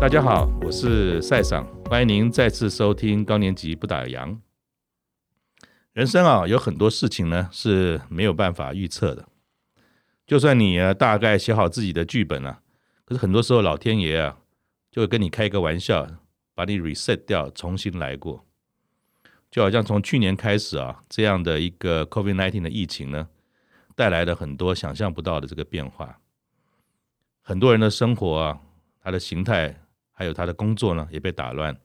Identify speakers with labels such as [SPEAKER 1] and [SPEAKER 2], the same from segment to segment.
[SPEAKER 1] 大家好，我是赛赏，欢迎您再次收听高年级不打烊。人生啊，有很多事情呢是没有办法预测的。就算你啊大概写好自己的剧本啊，可是很多时候老天爷啊就会跟你开一个玩笑，把你 reset 掉，重新来过。就好像从去年开始啊，这样的一个 COVID-19 的疫情呢，带来了很多想象不到的这个变化。很多人的生活啊，他的形态还有他的工作呢，也被打乱。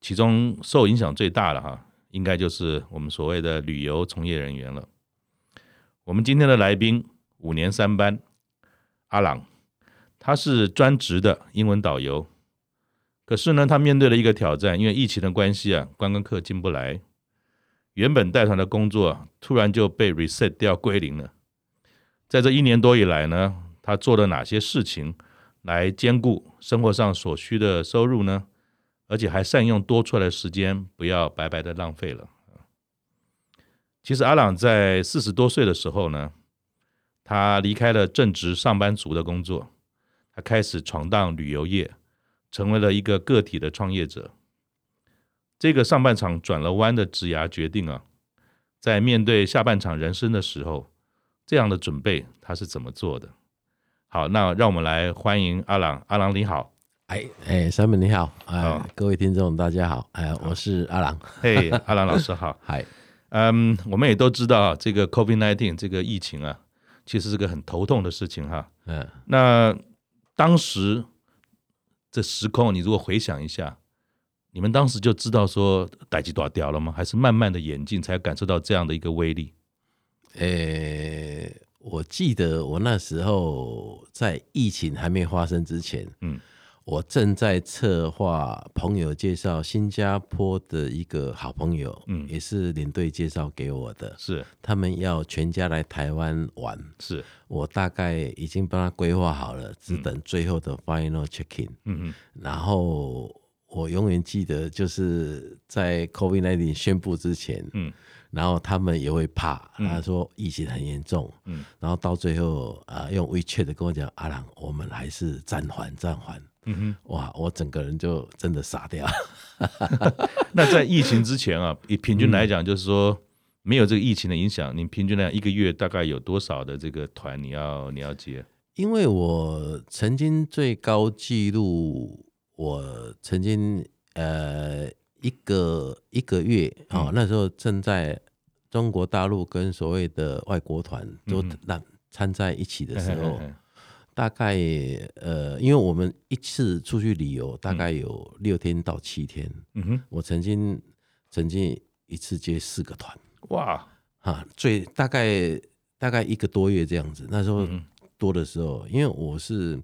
[SPEAKER 1] 其中受影响最大的哈，应该就是我们所谓的旅游从业人员了。我们今天的来宾五年三班阿朗，他是专职的英文导游，可是呢，他面对了一个挑战，因为疫情的关系啊，观光客进不来，原本带团的工作啊突然就被 reset 掉归零了。在这一年多以来呢，他做了哪些事情？来兼顾生活上所需的收入呢，而且还善用多出来的时间，不要白白的浪费了。其实阿朗在四十多岁的时候呢，他离开了正职上班族的工作，他开始闯荡旅游业，成为了一个个体的创业者。这个上半场转了弯的职涯决定啊，在面对下半场人生的时候，这样的准备他是怎么做的？好，那让我们来欢迎阿朗。阿朗你好，
[SPEAKER 2] 哎哎，山本你好，哎、
[SPEAKER 1] 好
[SPEAKER 2] 各位听众大家好，哎，我是阿郎，
[SPEAKER 1] 嘿，阿朗老师好。
[SPEAKER 2] 嗨，
[SPEAKER 1] 嗯，我们也都知道啊，这个 COVID-19 这个疫情啊，其实是个很头痛的事情哈。
[SPEAKER 2] 嗯，
[SPEAKER 1] 那当时这时空，你如果回想一下，你们当时就知道说逮鸡多掉了吗？还是慢慢的演进才感受到这样的一个威力？
[SPEAKER 2] 哎，我记得我那时候在疫情还没发生之前，
[SPEAKER 1] 嗯，
[SPEAKER 2] 我正在策划朋友介绍新加坡的一个好朋友，
[SPEAKER 1] 嗯
[SPEAKER 2] 也是领队介绍给我的，
[SPEAKER 1] 是
[SPEAKER 2] 他们要全家来台湾玩，
[SPEAKER 1] 是，
[SPEAKER 2] 我大概已经帮他规划好了，只等最后的 final check in。
[SPEAKER 1] 嗯嗯嗯，
[SPEAKER 2] 然后我永远记得，就是在 COVID 1 9宣布之前，
[SPEAKER 1] 嗯，
[SPEAKER 2] 然后他们也会怕，他说疫情很严重，
[SPEAKER 1] 嗯，
[SPEAKER 2] 然后到最后啊、呃用 WeChat 的跟我讲，阿郎，我们还是暂缓，暂缓。
[SPEAKER 1] 嗯
[SPEAKER 2] 哇，我整个人就真的傻掉。
[SPEAKER 1] 那在疫情之前啊，以平均来讲，就是说没有这个疫情的影响，你平均来讲一个月大概有多少的这个团你要你要接？
[SPEAKER 2] 因为我曾经最高纪录，我曾经呃一个一个月哦，那时候正在中国大陆跟所谓的外国团都那掺在一起的时 候，大概呃，因为我们一次出去旅游大概有六天到七天，
[SPEAKER 1] 嗯哼，
[SPEAKER 2] 我曾经曾经一次接四个团。
[SPEAKER 1] 哇，
[SPEAKER 2] 啊，最大概大概一个多月这样子。那时候
[SPEAKER 1] 嗯
[SPEAKER 2] 多的时候，因为我是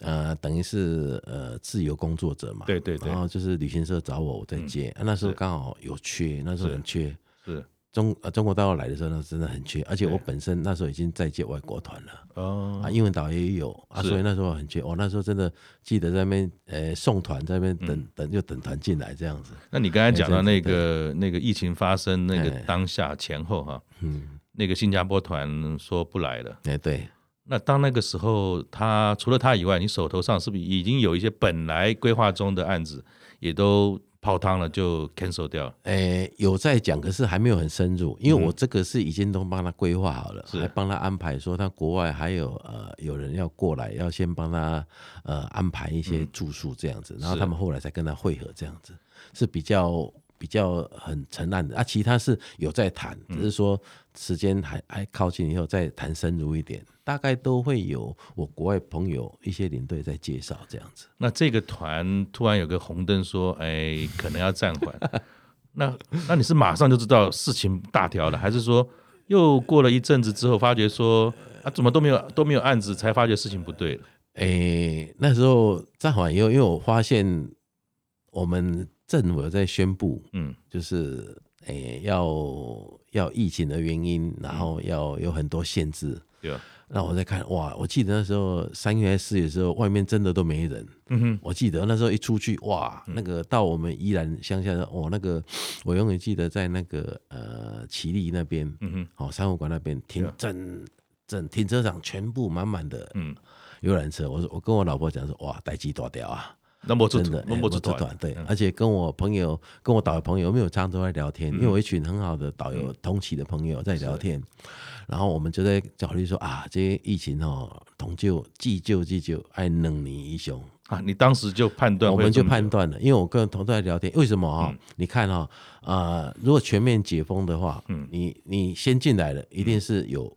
[SPEAKER 2] 呃，等于是呃自由工作者嘛，
[SPEAKER 1] 对对对
[SPEAKER 2] 然后就是旅行社找我，我在接。啊那时候
[SPEAKER 1] 是
[SPEAKER 2] 刚好有缺，那时候很缺。
[SPEAKER 1] 是
[SPEAKER 2] 中呃中国大陆来的时候，那真的很缺，而且
[SPEAKER 1] 对
[SPEAKER 2] 我本身那时候已经在接外国团了。
[SPEAKER 1] 哦
[SPEAKER 2] 啊，英文导也有啊，
[SPEAKER 1] 是
[SPEAKER 2] 所以那时候很缺。我、那时候真的记得在那边，呃，送团在那边等、
[SPEAKER 1] 嗯
[SPEAKER 2] 等，就等团进来这样子。
[SPEAKER 1] 那你刚才讲到那
[SPEAKER 2] 哎对
[SPEAKER 1] 个那个疫情发生那个
[SPEAKER 2] 哎
[SPEAKER 1] 当下前后哈，
[SPEAKER 2] 嗯，
[SPEAKER 1] 那个新加坡团说不来了。
[SPEAKER 2] 哎、对，
[SPEAKER 1] 那当那个时候，他除了他以外，你手头上是不是已经有一些本来规划中的案子也都泡汤了，就 cancel 掉了？
[SPEAKER 2] 诶、有在讲，可是还没有很深入，因为我这个是已经都帮他规划好了，
[SPEAKER 1] 嗯是
[SPEAKER 2] 还帮他安排说他国外还有呃有人要过来，要先帮他呃安排一些住宿这样子，然后
[SPEAKER 1] 嗯是
[SPEAKER 2] 他们后来才跟他会合这样子，是比较比较很沉案的啊，其他是有在谈，只
[SPEAKER 1] 嗯
[SPEAKER 2] 是说时间还还靠近以后再谈深入一点，大概都会有我国外朋友一些领队在介绍这样子。
[SPEAKER 1] 那这个团突然有个红灯说，哎，可能要暂缓。那那你是马上就知道事情大条了，还是说又过了一阵子之后发觉说啊，怎么都没有都没有案子，才发觉事情不对了？
[SPEAKER 2] 诶、那时候暂缓以后，因为我发现我们政府有在宣布，
[SPEAKER 1] 嗯，
[SPEAKER 2] 就是诶、要要疫情的原因，然后要有很多限制。
[SPEAKER 1] 对吧？
[SPEAKER 2] 那我在看，哇，我记得那时候三月还是四月的时候，外面真的都没人。
[SPEAKER 1] 嗯哼，嗯
[SPEAKER 2] 我记得那时候一出去，哇，那个到我们宜兰乡下的，哦，那个我永远记得在那个呃奇力那边，
[SPEAKER 1] 嗯哼，啊
[SPEAKER 2] 哦，三湖馆那边停
[SPEAKER 1] Yeah
[SPEAKER 2] 整整停车场全部满满的，
[SPEAKER 1] 嗯，
[SPEAKER 2] 游览车，我说我跟我老婆讲说，哇，待机多屌啊！
[SPEAKER 1] 那摸出
[SPEAKER 2] 真
[SPEAKER 1] 土
[SPEAKER 2] 的，，
[SPEAKER 1] 摸
[SPEAKER 2] 哎
[SPEAKER 1] 摸出
[SPEAKER 2] 出
[SPEAKER 1] 团，
[SPEAKER 2] 团，对
[SPEAKER 1] 嗯，
[SPEAKER 2] 而且跟我朋友，跟我导游朋友，因为我常常都在聊
[SPEAKER 1] 嗯
[SPEAKER 2] 天，因为我一群很好的导游同期的朋友在聊天，然后我们就在考虑说啊，这些疫情哦，同救、急救、急救，爱能你英雄，
[SPEAKER 1] 啊！你当时就判断
[SPEAKER 2] 我
[SPEAKER 1] 会
[SPEAKER 2] 们
[SPEAKER 1] 这
[SPEAKER 2] 就
[SPEAKER 1] 么久，嗯
[SPEAKER 2] 判断了，因为我跟同事在聊天，为什么啊、你看哈、呃，如果全面解封的话，
[SPEAKER 1] 嗯
[SPEAKER 2] 你你先进来的一定是有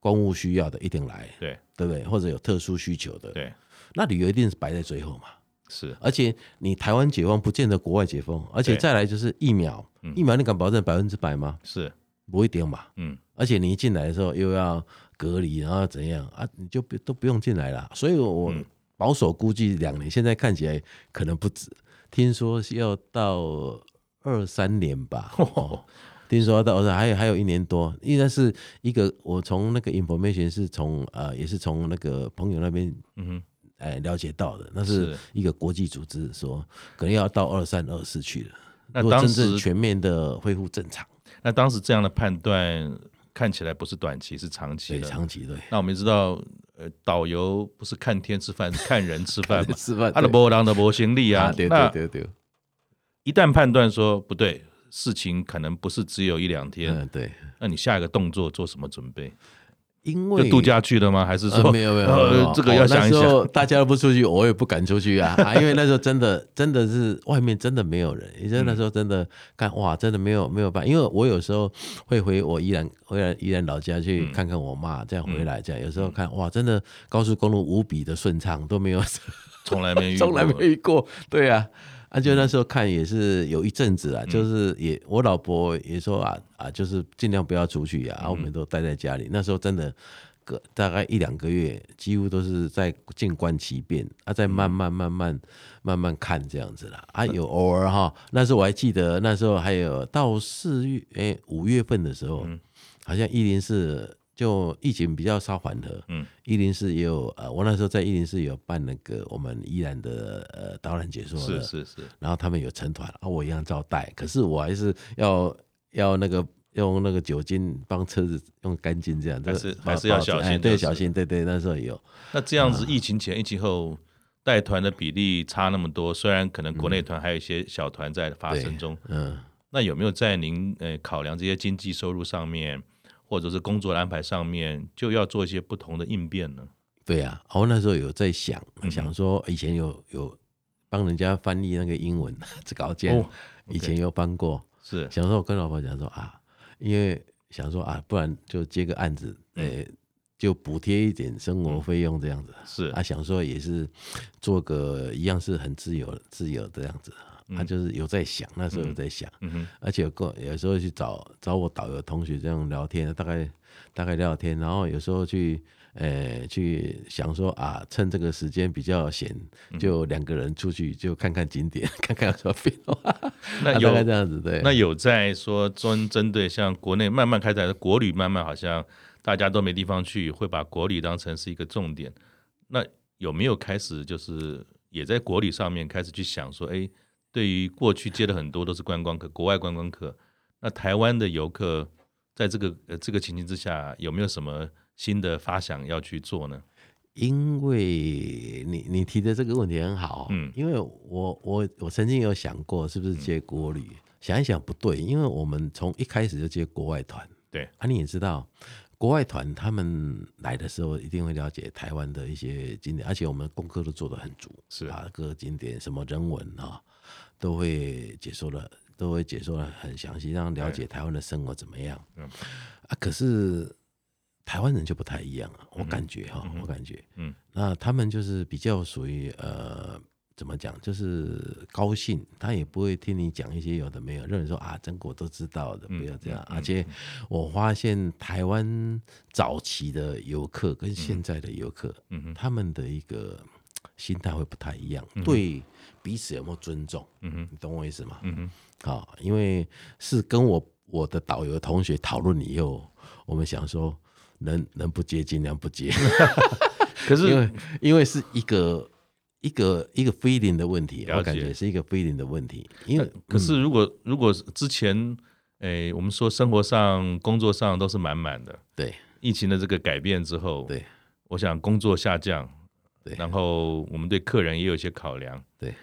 [SPEAKER 2] 公务需要的，一定来，
[SPEAKER 1] 对
[SPEAKER 2] 对不对？或者有特殊需求的，
[SPEAKER 1] 对
[SPEAKER 2] 那旅游一定是摆在最后嘛。
[SPEAKER 1] 是，
[SPEAKER 2] 而且你台湾解封不见得国外解封，而且
[SPEAKER 1] 对
[SPEAKER 2] 再来就是疫苗，
[SPEAKER 1] 嗯
[SPEAKER 2] 疫苗你敢保证百分之百吗？
[SPEAKER 1] 是
[SPEAKER 2] 不一定嘛。
[SPEAKER 1] 嗯
[SPEAKER 2] 而且你一进来的时候又要隔离，然后怎样啊？你就不都不用进来了。所以我
[SPEAKER 1] 嗯
[SPEAKER 2] 保守估计两年，现在看起来可能不止，听说是要到二三年 吧。哦听说要到二还有还有一年多，应该是一个我从那个 information 是从呃也是从那个朋友那边
[SPEAKER 1] 嗯哼
[SPEAKER 2] 哎了解到的，那
[SPEAKER 1] 是
[SPEAKER 2] 是一个国际组织说，可能要到二三二四去了。
[SPEAKER 1] 那
[SPEAKER 2] 如果
[SPEAKER 1] 当
[SPEAKER 2] 真
[SPEAKER 1] 时
[SPEAKER 2] 正全面的恢复正常，
[SPEAKER 1] 那当时这样的判断看起来不是短期，是长期
[SPEAKER 2] 对，
[SPEAKER 1] 的。
[SPEAKER 2] 长期对，
[SPEAKER 1] 那我们知道，呃，导游不是看天吃饭，是看人吃 饭嘛。
[SPEAKER 2] 吃饭
[SPEAKER 1] 阿拉伯狼的模型力啊，
[SPEAKER 2] 对
[SPEAKER 1] 那
[SPEAKER 2] 对对对，
[SPEAKER 1] 一旦判断说不对，事情可能不是只有一两天，
[SPEAKER 2] 嗯对，
[SPEAKER 1] 那你下一个动作做什么准备？
[SPEAKER 2] 因
[SPEAKER 1] 就
[SPEAKER 2] 为
[SPEAKER 1] 度假去了吗？还是说、
[SPEAKER 2] 呃没有没有
[SPEAKER 1] 呃
[SPEAKER 2] 没有
[SPEAKER 1] 这个要想一
[SPEAKER 2] 哦那时
[SPEAKER 1] 想？
[SPEAKER 2] 候大家都不出去，我也不敢出去啊， 啊因为那时候真的真的是外面真的没有人，也就是那时候真的看哇，真的没有没有办法，因为我有时候会回我宜兰回来宜兰老家
[SPEAKER 1] 嗯
[SPEAKER 2] 去看看我妈，这样回来这样，有时候看哇，真的高速公路无比的顺畅，都没有
[SPEAKER 1] 从来没遇过，
[SPEAKER 2] 从来没遇过，对啊。啊，就那时候看也是有一阵子啊，
[SPEAKER 1] 嗯
[SPEAKER 2] 就是也我老婆也说啊啊，就是尽量不要出去啊，啊我
[SPEAKER 1] 嗯
[SPEAKER 2] 们都待在家里。那时候真的个大概一两个月，几乎都是在静观其变啊，在慢慢慢慢慢慢看这样子啦。啊，有偶尔哈，那时候我还记得那时候还有到四月诶五月份的时候，好像一零四就疫情比较稍缓和，
[SPEAKER 1] 嗯，
[SPEAKER 2] 一零四也有呃，我那时候在一零四有办那个我们依然的呃导览解说
[SPEAKER 1] 是
[SPEAKER 2] 的，
[SPEAKER 1] 是是，
[SPEAKER 2] 然后他们有成团啊，我一样招待，可是我还是要要那个用那个酒精帮车子用干净这样，
[SPEAKER 1] 还是
[SPEAKER 2] 这个把
[SPEAKER 1] 还是要
[SPEAKER 2] 把
[SPEAKER 1] 小心
[SPEAKER 2] 哎
[SPEAKER 1] 就
[SPEAKER 2] 对，
[SPEAKER 1] 是
[SPEAKER 2] 小心，对对，那时候有，
[SPEAKER 1] 那这样子，
[SPEAKER 2] 啊
[SPEAKER 1] 疫情前、疫情后带团的比例差那么多，虽然可能国内团还有一些小团在发生中，
[SPEAKER 2] 嗯，
[SPEAKER 1] 那有没有在您呃考量这些经济收入上面，或者是工作的安排上面，就要做一些不同的应变呢？
[SPEAKER 2] 对呀、啊，我那时候有在想，
[SPEAKER 1] 嗯哼
[SPEAKER 2] 想说以前有有帮人家翻译那个英文， 这稿件、
[SPEAKER 1] 哦
[SPEAKER 2] 以前有帮过，
[SPEAKER 1] 是
[SPEAKER 2] 想说我跟老婆讲说啊，因为想说啊，不然就接个案子，呃、
[SPEAKER 1] 嗯
[SPEAKER 2] 就补贴一点生活费用这样子。
[SPEAKER 1] 是
[SPEAKER 2] 啊，想说也是做个一样是很自由自由的样子。他、啊、就是有在想，那时候有在想，
[SPEAKER 1] 嗯哼，
[SPEAKER 2] 而且有跟我有时候去找找我导游同学这样聊天，大概大概聊天，然后有时候去呃去想说啊，趁这个时间比较闲，
[SPEAKER 1] 嗯
[SPEAKER 2] 就两个人出去就看看景点， 看看有什么变化，
[SPEAKER 1] 那
[SPEAKER 2] 啊
[SPEAKER 1] 有
[SPEAKER 2] 大概这样子对。
[SPEAKER 1] 那有在说专针对像国内慢慢开展的国旅，慢慢好像大家都没地方去，会把国旅当成是一个重点。那有没有开始就是也在国旅上面开始去想说，哎，对于过去接的很多都是观光客，国外观光客，那台湾的游客在这个呃这个情境之下，有没有什么新的发想要去做呢？
[SPEAKER 2] 因为你你提的这个问题很好，
[SPEAKER 1] 嗯
[SPEAKER 2] 嗯，因为我我我曾经有想过是不是接国旅，
[SPEAKER 1] 嗯
[SPEAKER 2] 想一想不对，因为我们从一开始就接国外团，
[SPEAKER 1] 对，
[SPEAKER 2] 啊，你也知道，国外团他们来的时候一定会了解台湾的一些景点，而且我们功课都做得很足，
[SPEAKER 1] 是
[SPEAKER 2] 把各个景点什么人文啊、都会解说的，都会解说的很详细，让了解台湾的生活怎么样。
[SPEAKER 1] 哎嗯
[SPEAKER 2] 啊，可是台湾人就不太一样啊，我感觉哈、我感觉，
[SPEAKER 1] 嗯，
[SPEAKER 2] 那他们就是比较属于呃。怎么讲？就是高兴，他也不会听你讲一些有的没有，让你说啊，真我都知
[SPEAKER 1] 嗯
[SPEAKER 2] 道的，不要这样。而且我发现台湾早期的游客跟现在的游客，
[SPEAKER 1] 嗯哼，
[SPEAKER 2] 他们的一个心态会不太一样，对彼此有没有尊重？
[SPEAKER 1] 嗯哼，
[SPEAKER 2] 你懂我意思吗？
[SPEAKER 1] 嗯哼，
[SPEAKER 2] 啊、因为是跟我我的导游同学讨论以后，我们想说能能不接尽量不接，
[SPEAKER 1] 可
[SPEAKER 2] 因
[SPEAKER 1] 是
[SPEAKER 2] 为因为是一个一个一个 feeling 的问题，
[SPEAKER 1] 了
[SPEAKER 2] 我感
[SPEAKER 1] 解
[SPEAKER 2] 觉是一个 feeling 的问题，因为
[SPEAKER 1] 可是如果如果之前，哎，我们说生活上、工作上都是满满的。
[SPEAKER 2] 对
[SPEAKER 1] 疫情的这个改变之后，
[SPEAKER 2] 对，
[SPEAKER 1] 我想工作下降，
[SPEAKER 2] 对
[SPEAKER 1] 然后我们对客人也有一些考量，
[SPEAKER 2] 对。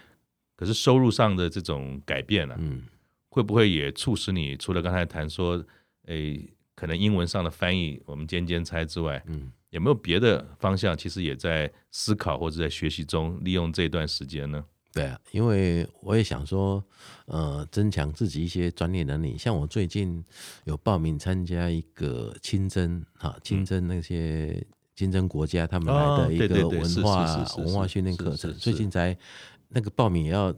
[SPEAKER 1] 可是收入上的这种改变呢、
[SPEAKER 2] 嗯，
[SPEAKER 1] 会不会也促使你除了刚才谈说，诶，可能英文上的翻译我们兼兼差之外，
[SPEAKER 2] 嗯，
[SPEAKER 1] 有没有别的方向？其实也在思考或者在学习中利用这段时间呢？
[SPEAKER 2] 对啊，因为我也想说，呃，增强自己一些专业能力。像我最近有报名参加一个清真哈，清真那些清真国家他们来
[SPEAKER 1] 哦
[SPEAKER 2] 的一
[SPEAKER 1] 对对
[SPEAKER 2] 个
[SPEAKER 1] 对是
[SPEAKER 2] 文
[SPEAKER 1] 是
[SPEAKER 2] 化、
[SPEAKER 1] 是是是
[SPEAKER 2] 文化训练课
[SPEAKER 1] 是
[SPEAKER 2] 程，
[SPEAKER 1] 是
[SPEAKER 2] 最近才那个报名也要，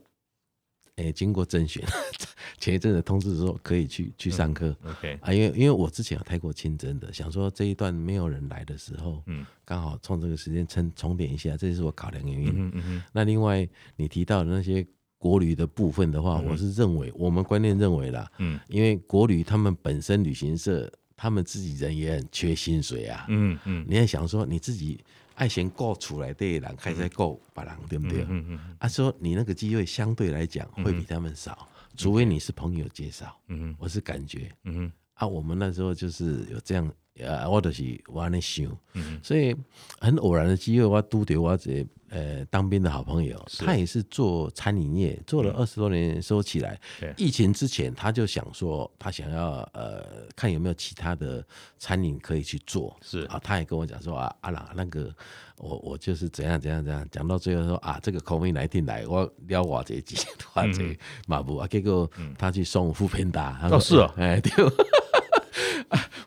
[SPEAKER 2] 诶、经过甄选， 前一阵子通知说可以去去上课。
[SPEAKER 1] OK，
[SPEAKER 2] 啊，因为因为我之前有太过清真的，想说这一段没有人来的时候，
[SPEAKER 1] 嗯
[SPEAKER 2] 刚好冲这个时间重重点一下，这是我考量原因。
[SPEAKER 1] 嗯哼嗯哼
[SPEAKER 2] 那另外你提到的那些国旅的部分的话，我是认为我们观念认为啦，
[SPEAKER 1] 嗯
[SPEAKER 2] 因为国旅他们本身旅行社他们自己人也很缺薪水啊，
[SPEAKER 1] 嗯嗯
[SPEAKER 2] 你也想说你自己爱先够出来的人，开始够把人对不对？
[SPEAKER 1] 嗯嗯嗯
[SPEAKER 2] 啊，说你那个机会相对来讲会比他们少，除非你是朋友介绍，
[SPEAKER 1] 嗯
[SPEAKER 2] 我是感觉
[SPEAKER 1] 嗯嗯
[SPEAKER 2] 啊，我们那时候就是有这样，呃，我就是我安尼想，
[SPEAKER 1] 嗯
[SPEAKER 2] 所以很偶然的机会，我都得我这呃当兵的好朋友，
[SPEAKER 1] 是嗯
[SPEAKER 2] 他也是做餐饮业，做了二十多年，收起来。
[SPEAKER 1] 对
[SPEAKER 2] 疫情之前，他就想说，他想要呃看有没有其他的餐饮可以去做。
[SPEAKER 1] 是
[SPEAKER 2] 啊，他也跟我讲说啊，阿、朗那个我我就是怎样怎样怎样，讲到最后说啊，这个 COVID 来定来，我撩 我这几多这马步啊，结果他去送副片打，他说
[SPEAKER 1] 嗯哦是哦
[SPEAKER 2] 哎、对。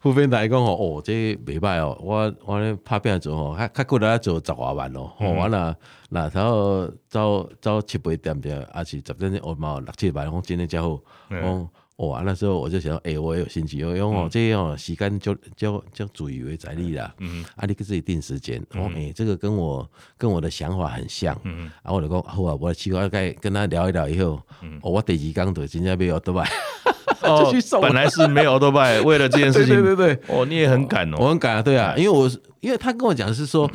[SPEAKER 2] 副边台讲吼，哦，这袂歹哦，我我咧拍拼做吼，较较骨力做十外万咯，吼、我若若头走走七八点者，还是十点钟哦嘛有六七万，我真诶才好，
[SPEAKER 1] 嗯
[SPEAKER 2] 哦、哦啊，那时候我就想，诶、我也有兴趣，因为哦，这样、哦、时间就就就自由诶在你啦，嗯，啊，你给自己定时间，哦，诶、这个跟我跟我的想法很像，嗯，啊，我就讲好啊，我去我该跟他聊一聊以后，哦，我第二工就真正要对吧？
[SPEAKER 1] 哦
[SPEAKER 2] 去送，
[SPEAKER 1] 本来是没有 a u t o b y 为了这件事情，
[SPEAKER 2] 对对对对
[SPEAKER 1] 哦，你也很敢
[SPEAKER 2] 我
[SPEAKER 1] 哦，
[SPEAKER 2] 很敢啊，对啊，因为我是因为他跟我讲是说，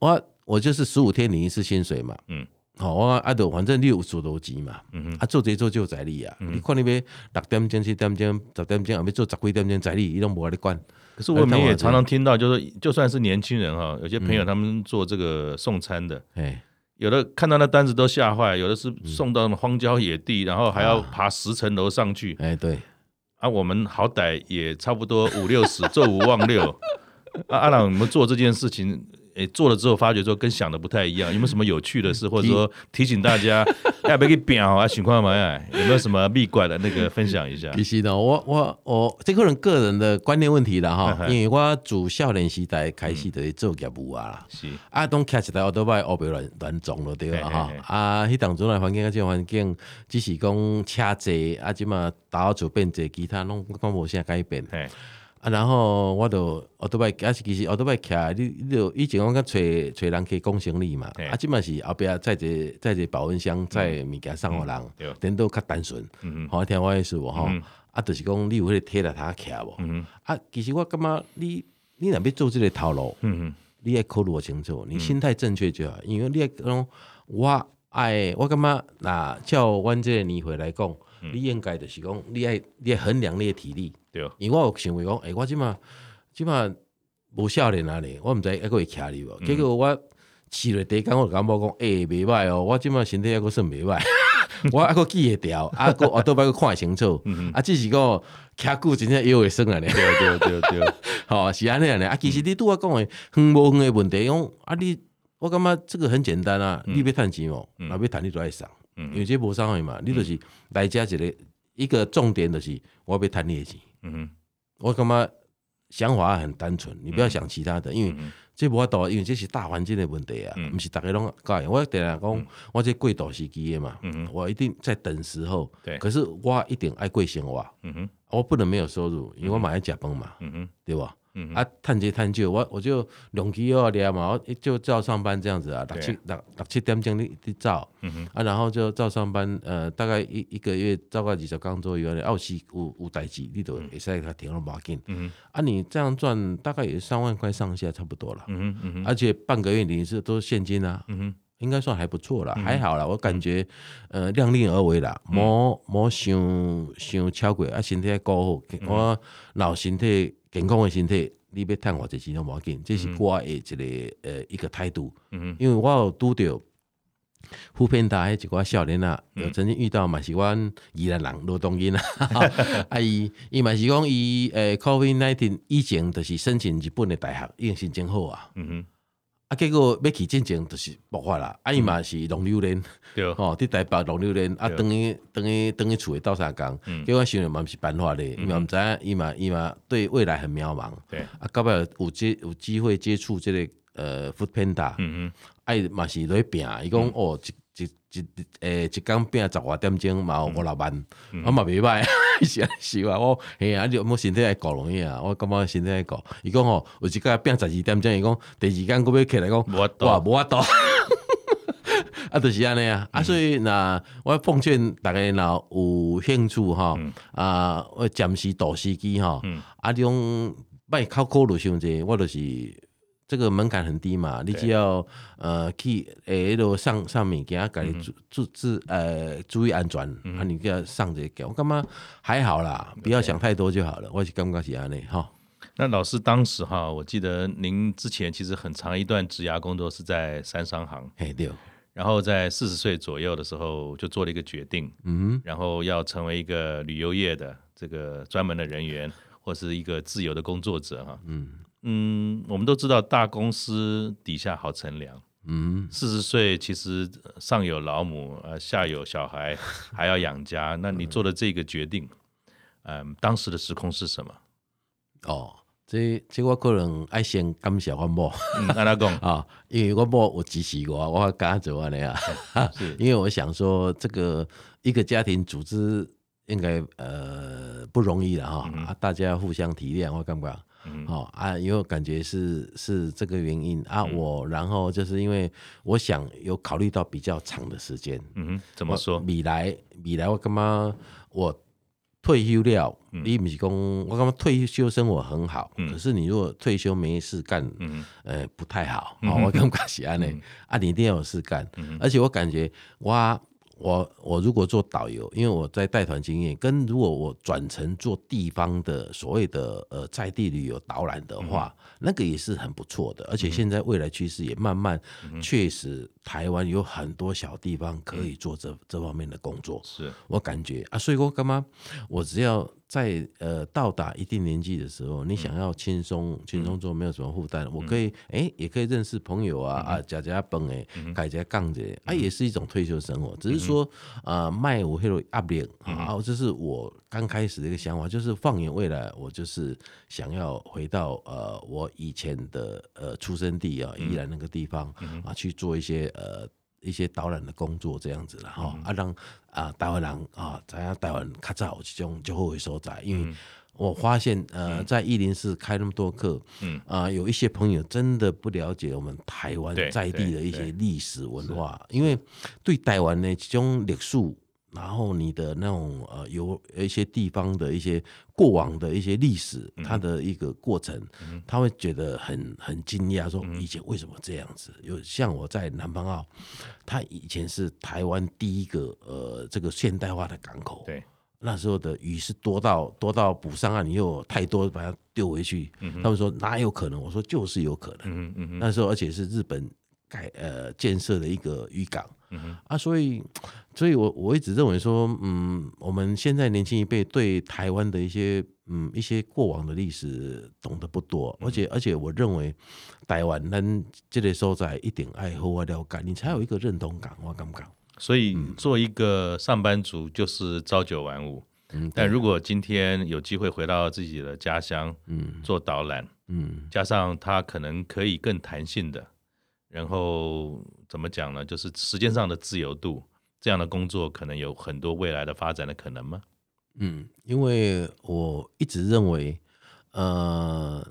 [SPEAKER 2] 我我就是十五天领一次薪水嘛，
[SPEAKER 1] 嗯
[SPEAKER 2] 嗯，好，我啊就反正你有做多钱嘛，嗯啊做这做就在你啊，你看你要六点钟、七点钟、十点钟，后要做十几点钟在你，伊拢无甲你管，
[SPEAKER 1] 可是我们
[SPEAKER 2] 那
[SPEAKER 1] 也
[SPEAKER 2] 我
[SPEAKER 1] 常常听到，就是就算是年轻人哈，有些朋友他们做这个送餐的，
[SPEAKER 2] 哎，
[SPEAKER 1] 有的看到那单子都吓坏，有的是送到什么荒郊野地，然后还
[SPEAKER 2] 嗯
[SPEAKER 1] 要爬十层楼上去。
[SPEAKER 2] 哎，对，
[SPEAKER 1] 啊，我们好歹也差不多五六 十，做五忘六。啊，阿朗，我们做这件事情，诶，做了之后发觉说跟想的不太一样，有没有什么有趣的事，
[SPEAKER 2] 嗯
[SPEAKER 1] 或者说提醒大 家要不要去表啊，情况嘛呀，有没有什么秘诀的那个分享一下？
[SPEAKER 2] 其实呢，我我我这个人个人的观念问题啦 哈，因为我自少年时代开始就是做业务啊啦。
[SPEAKER 1] 是，
[SPEAKER 2] 啊，当徛一台奥多拜，后边乱乱撞了对啊
[SPEAKER 1] 嘿嘿嘿
[SPEAKER 2] 哈。啊，迄当阵来环境啊，即环境只是讲车侪，啊，即嘛倒厝变侪，其他拢拢无啥改变。
[SPEAKER 1] 哎，
[SPEAKER 2] 啊，然后我就奥多拜，啊是其实奥多拜徛，你你就以前我讲揣揣人去讲行李嘛
[SPEAKER 1] 嘿，
[SPEAKER 2] 啊，即嘛是后壁载者载者保温箱载物件送互
[SPEAKER 1] 嗯对
[SPEAKER 2] 人，颠倒较单纯。
[SPEAKER 1] 嗯嗯
[SPEAKER 2] 好，听我意思无吼
[SPEAKER 1] 嗯？
[SPEAKER 2] 啊，就是讲你有迄个体力通徛无？
[SPEAKER 1] 嗯
[SPEAKER 2] 啊，其实我感觉你你若要做即个头路。
[SPEAKER 1] 嗯嗯
[SPEAKER 2] 你要考虑清楚，你心态正确就好。因为你要讲我爱，我感觉那照阮这个年岁来讲，你应该就是讲，你爱你要衡量你的体力。
[SPEAKER 1] 对，
[SPEAKER 2] 因为我有想为讲，诶、我即马即马无少年啊咧，我毋知抑个会徛你无。结果我试了第一工，我就感觉讲，诶、袂歹哦，我即马身体抑个算袂歹。我抑个记会牢，啊个我都摆个看会清楚，啊只是讲徛久真正腰会酸啊咧。
[SPEAKER 1] 对对对对，
[SPEAKER 2] 吼、是安尼安尼啊，其实你拄我讲诶远无远诶问题，讲啊你，我感觉这个很简单啊，
[SPEAKER 1] 嗯
[SPEAKER 2] 你要趁钱哦，若要趁你就爱送，因为这无啥货嘛，你就是来遮一个一个重点就是我要趁你诶钱，
[SPEAKER 1] 嗯
[SPEAKER 2] 我感觉想法很单纯，你不要想其他的，
[SPEAKER 1] 嗯
[SPEAKER 2] 因为这无法度，因为这是大环境的问题啊，毋是逐个拢教的。我定定
[SPEAKER 1] 嗯
[SPEAKER 2] 讲，我这过度时机的嘛，我一定在等时候
[SPEAKER 1] 对，
[SPEAKER 2] 可是我一定爱过生活，
[SPEAKER 1] 嗯哼
[SPEAKER 2] 我不能没有收入，因为我嘛爱食饭嘛，
[SPEAKER 1] 嗯哼
[SPEAKER 2] 对吧？
[SPEAKER 1] 嗯哼，
[SPEAKER 2] 啊，趁这趁少，我我就两期二聊嘛，我就照上班这样子啊，
[SPEAKER 1] 对嗯
[SPEAKER 2] 六七六六七点钟你你照，啊，然后就照上班，呃，大概一一个月照个二十工左右咧，啊，有时有有代志，你都会使给他停了无要紧，
[SPEAKER 1] 嗯
[SPEAKER 2] 啊，你这样赚大概也三万块上下差不多了，
[SPEAKER 1] 嗯哼嗯哼
[SPEAKER 2] 而且半个月你是都是现金啊，
[SPEAKER 1] 嗯哼，
[SPEAKER 2] 应该算还不错啦，还好啦，我感觉呃量力而为啦，莫莫想想超过啊，身体要顾好，我老身体健康的身体，你要赚我这钱都无要紧，这是我的一个呃一个态度。
[SPEAKER 1] 嗯
[SPEAKER 2] 因为我有拄着普遍大迄一寡少年啊，有曾经遇到嘛是阮宜兰人罗东英啊， 啊伊伊嘛是讲伊诶 COVID nineteen 以前就是申请日本的大学，已经申请好啊，
[SPEAKER 1] 嗯哼，
[SPEAKER 2] 啊结果要去进前就是爆发啦，啊伊嘛是龙榴莲，
[SPEAKER 1] 嗯对，
[SPEAKER 2] 吼、伫台北龙榴莲啊，
[SPEAKER 1] 对
[SPEAKER 2] 等于等于等于厝诶斗相共，
[SPEAKER 1] 嗯
[SPEAKER 2] 结果我想着嘛毋是办法咧，伊嘛毋知影伊嘛伊嘛对未来很渺茫，
[SPEAKER 1] 对，
[SPEAKER 2] 啊到尾有接有机会接触即、个呃 Food Panda，
[SPEAKER 1] 嗯
[SPEAKER 2] 啊，伊嘛是落去拼，伊讲哦，一、一、一、诶，一工拼十外点钟，嘛有
[SPEAKER 1] 嗯
[SPEAKER 2] 五六万，我嘛袂歹， 是啊，是啊，我嘿啊，你有冇身体会顾容易啊？我感觉身体会顾。伊讲哦，有一工拼十二点钟，伊讲第二工佫要起来讲，
[SPEAKER 1] 无法度
[SPEAKER 2] 哇，无法度。 啊，就是安尼啊，
[SPEAKER 1] 嗯
[SPEAKER 2] 啊，所以若我奉劝大家若有兴趣吼，
[SPEAKER 1] 嗯
[SPEAKER 2] 啊，我暂时大司机吼，啊，你讲卖考考虑伤济，我就是这个门槛很低嘛，你只要呃去诶迄落上上面给他家己注注注呃注意安全，啊，你给他上这个，我感觉还好啦，不要想太多就好了，我是感觉是安尼吼。
[SPEAKER 1] 哼，那老师当时哈，我记得您之前其实很长一段职涯工作是在三商行，
[SPEAKER 2] 嘿对，
[SPEAKER 1] 然后在四十岁左右的时候就做了一个决定，
[SPEAKER 2] 嗯
[SPEAKER 1] 然后要成为一个旅游业的这个专门的人员，或是一个自由的工作者哈。
[SPEAKER 2] 嗯
[SPEAKER 1] 嗯，我们都知道大公司底下好乘凉，
[SPEAKER 2] 嗯
[SPEAKER 1] 四十岁其实呃上有老母，呃，下有小孩，还要养家。
[SPEAKER 2] 嗯
[SPEAKER 1] 那你做的这个决定，嗯，当时的时空是什么？
[SPEAKER 2] 哦，这这我可能爱先感谢阮某。
[SPEAKER 1] 嗯，安拉贡，
[SPEAKER 2] 啊、因为我某有支持我，我敢做安尼啊，因为我想说这个一个家庭组织应该呃不容易了哈、啊，大家互相体谅，我感觉。
[SPEAKER 1] 嗯
[SPEAKER 2] 哦啊，因为我感觉是是这个原因啊，我然后就是因为我想有考虑到比较长的时间，
[SPEAKER 1] 嗯哼，怎么说？
[SPEAKER 2] 未来未来我感觉我退休了，
[SPEAKER 1] 嗯
[SPEAKER 2] 你不是讲我感觉退休生活很好，可是你如果退休没事干，
[SPEAKER 1] 嗯
[SPEAKER 2] 呃不太好，哦、我感觉是安尼、啊，你一定要有事干，
[SPEAKER 1] 嗯
[SPEAKER 2] 而且我感觉我。我我如果做导游，因为我在带团经验，跟如果我转成做地方的所谓的呃在地旅游导览的话，那个也是很不错的。而且现在未来趋势也慢慢，确实台湾有很多小地方可以做这、这方面的工作。
[SPEAKER 1] 是，
[SPEAKER 2] 我感觉啊，所以我干嘛？我只要在呃到达一定年纪的时候，你想要轻松轻松做，没有什么负担，我可以哎、也可以认识朋友啊、啊，加加蹦哎，改加杠子啊，也是一种退休生活，只是说啊，卖我黑种压力啊，这是我刚开始的一个想法，就是放眼未来，我就是想要回到呃我以前的呃出生地啊，宜兰那个地方啊，去做一些呃。一些导览的工作这样子啦，吼、
[SPEAKER 1] 嗯
[SPEAKER 2] 啊让啊台湾人啊，知影台湾较早有这种就好的所在，因
[SPEAKER 1] 嗯
[SPEAKER 2] 为我发现呃在一零四开那么多课，
[SPEAKER 1] 嗯
[SPEAKER 2] 啊、有一些朋友真的不了解我们台湾
[SPEAKER 1] 对
[SPEAKER 2] 在地的
[SPEAKER 1] 对
[SPEAKER 2] 一些
[SPEAKER 1] 对
[SPEAKER 2] 历史文化，因为对台湾的这种历史。然后你的那种呃，有一些地方的一些过往的一些历史，它的一个过程，他会觉得很很惊讶，说以前为什么这样子？有像我在南方澳，它以前是台湾第一个呃这个现代化的港口，
[SPEAKER 1] 对，
[SPEAKER 2] 那时候的鱼是多到多到捕上岸，你又有太多把它丢回去。他们说哪有可能？我说就是有可能。
[SPEAKER 1] 嗯嗯嗯嗯
[SPEAKER 2] 那时候而且是日本改呃建设的一个渔港
[SPEAKER 1] 嗯哼
[SPEAKER 2] 啊，所以所以我我一直认为说，嗯，我们现在年轻一辈对台湾的一些嗯一些过往的历史懂得不
[SPEAKER 1] 嗯
[SPEAKER 2] 多，而且而且我认为台湾咱这个所在一定爱好我了解，你才有一个认同感，我感觉。
[SPEAKER 1] 所以做一个上班族就是朝九晚五，
[SPEAKER 2] 嗯，
[SPEAKER 1] 但如果今天有机会回到自己的家乡
[SPEAKER 2] 嗯
[SPEAKER 1] 做导览，
[SPEAKER 2] 嗯
[SPEAKER 1] 加上他可能可以更弹性的，然后怎么讲呢？就是时间上的自由度，这样的工作可能有很多未来的发展的可能吗？
[SPEAKER 2] 嗯，因为我一直认为，呃，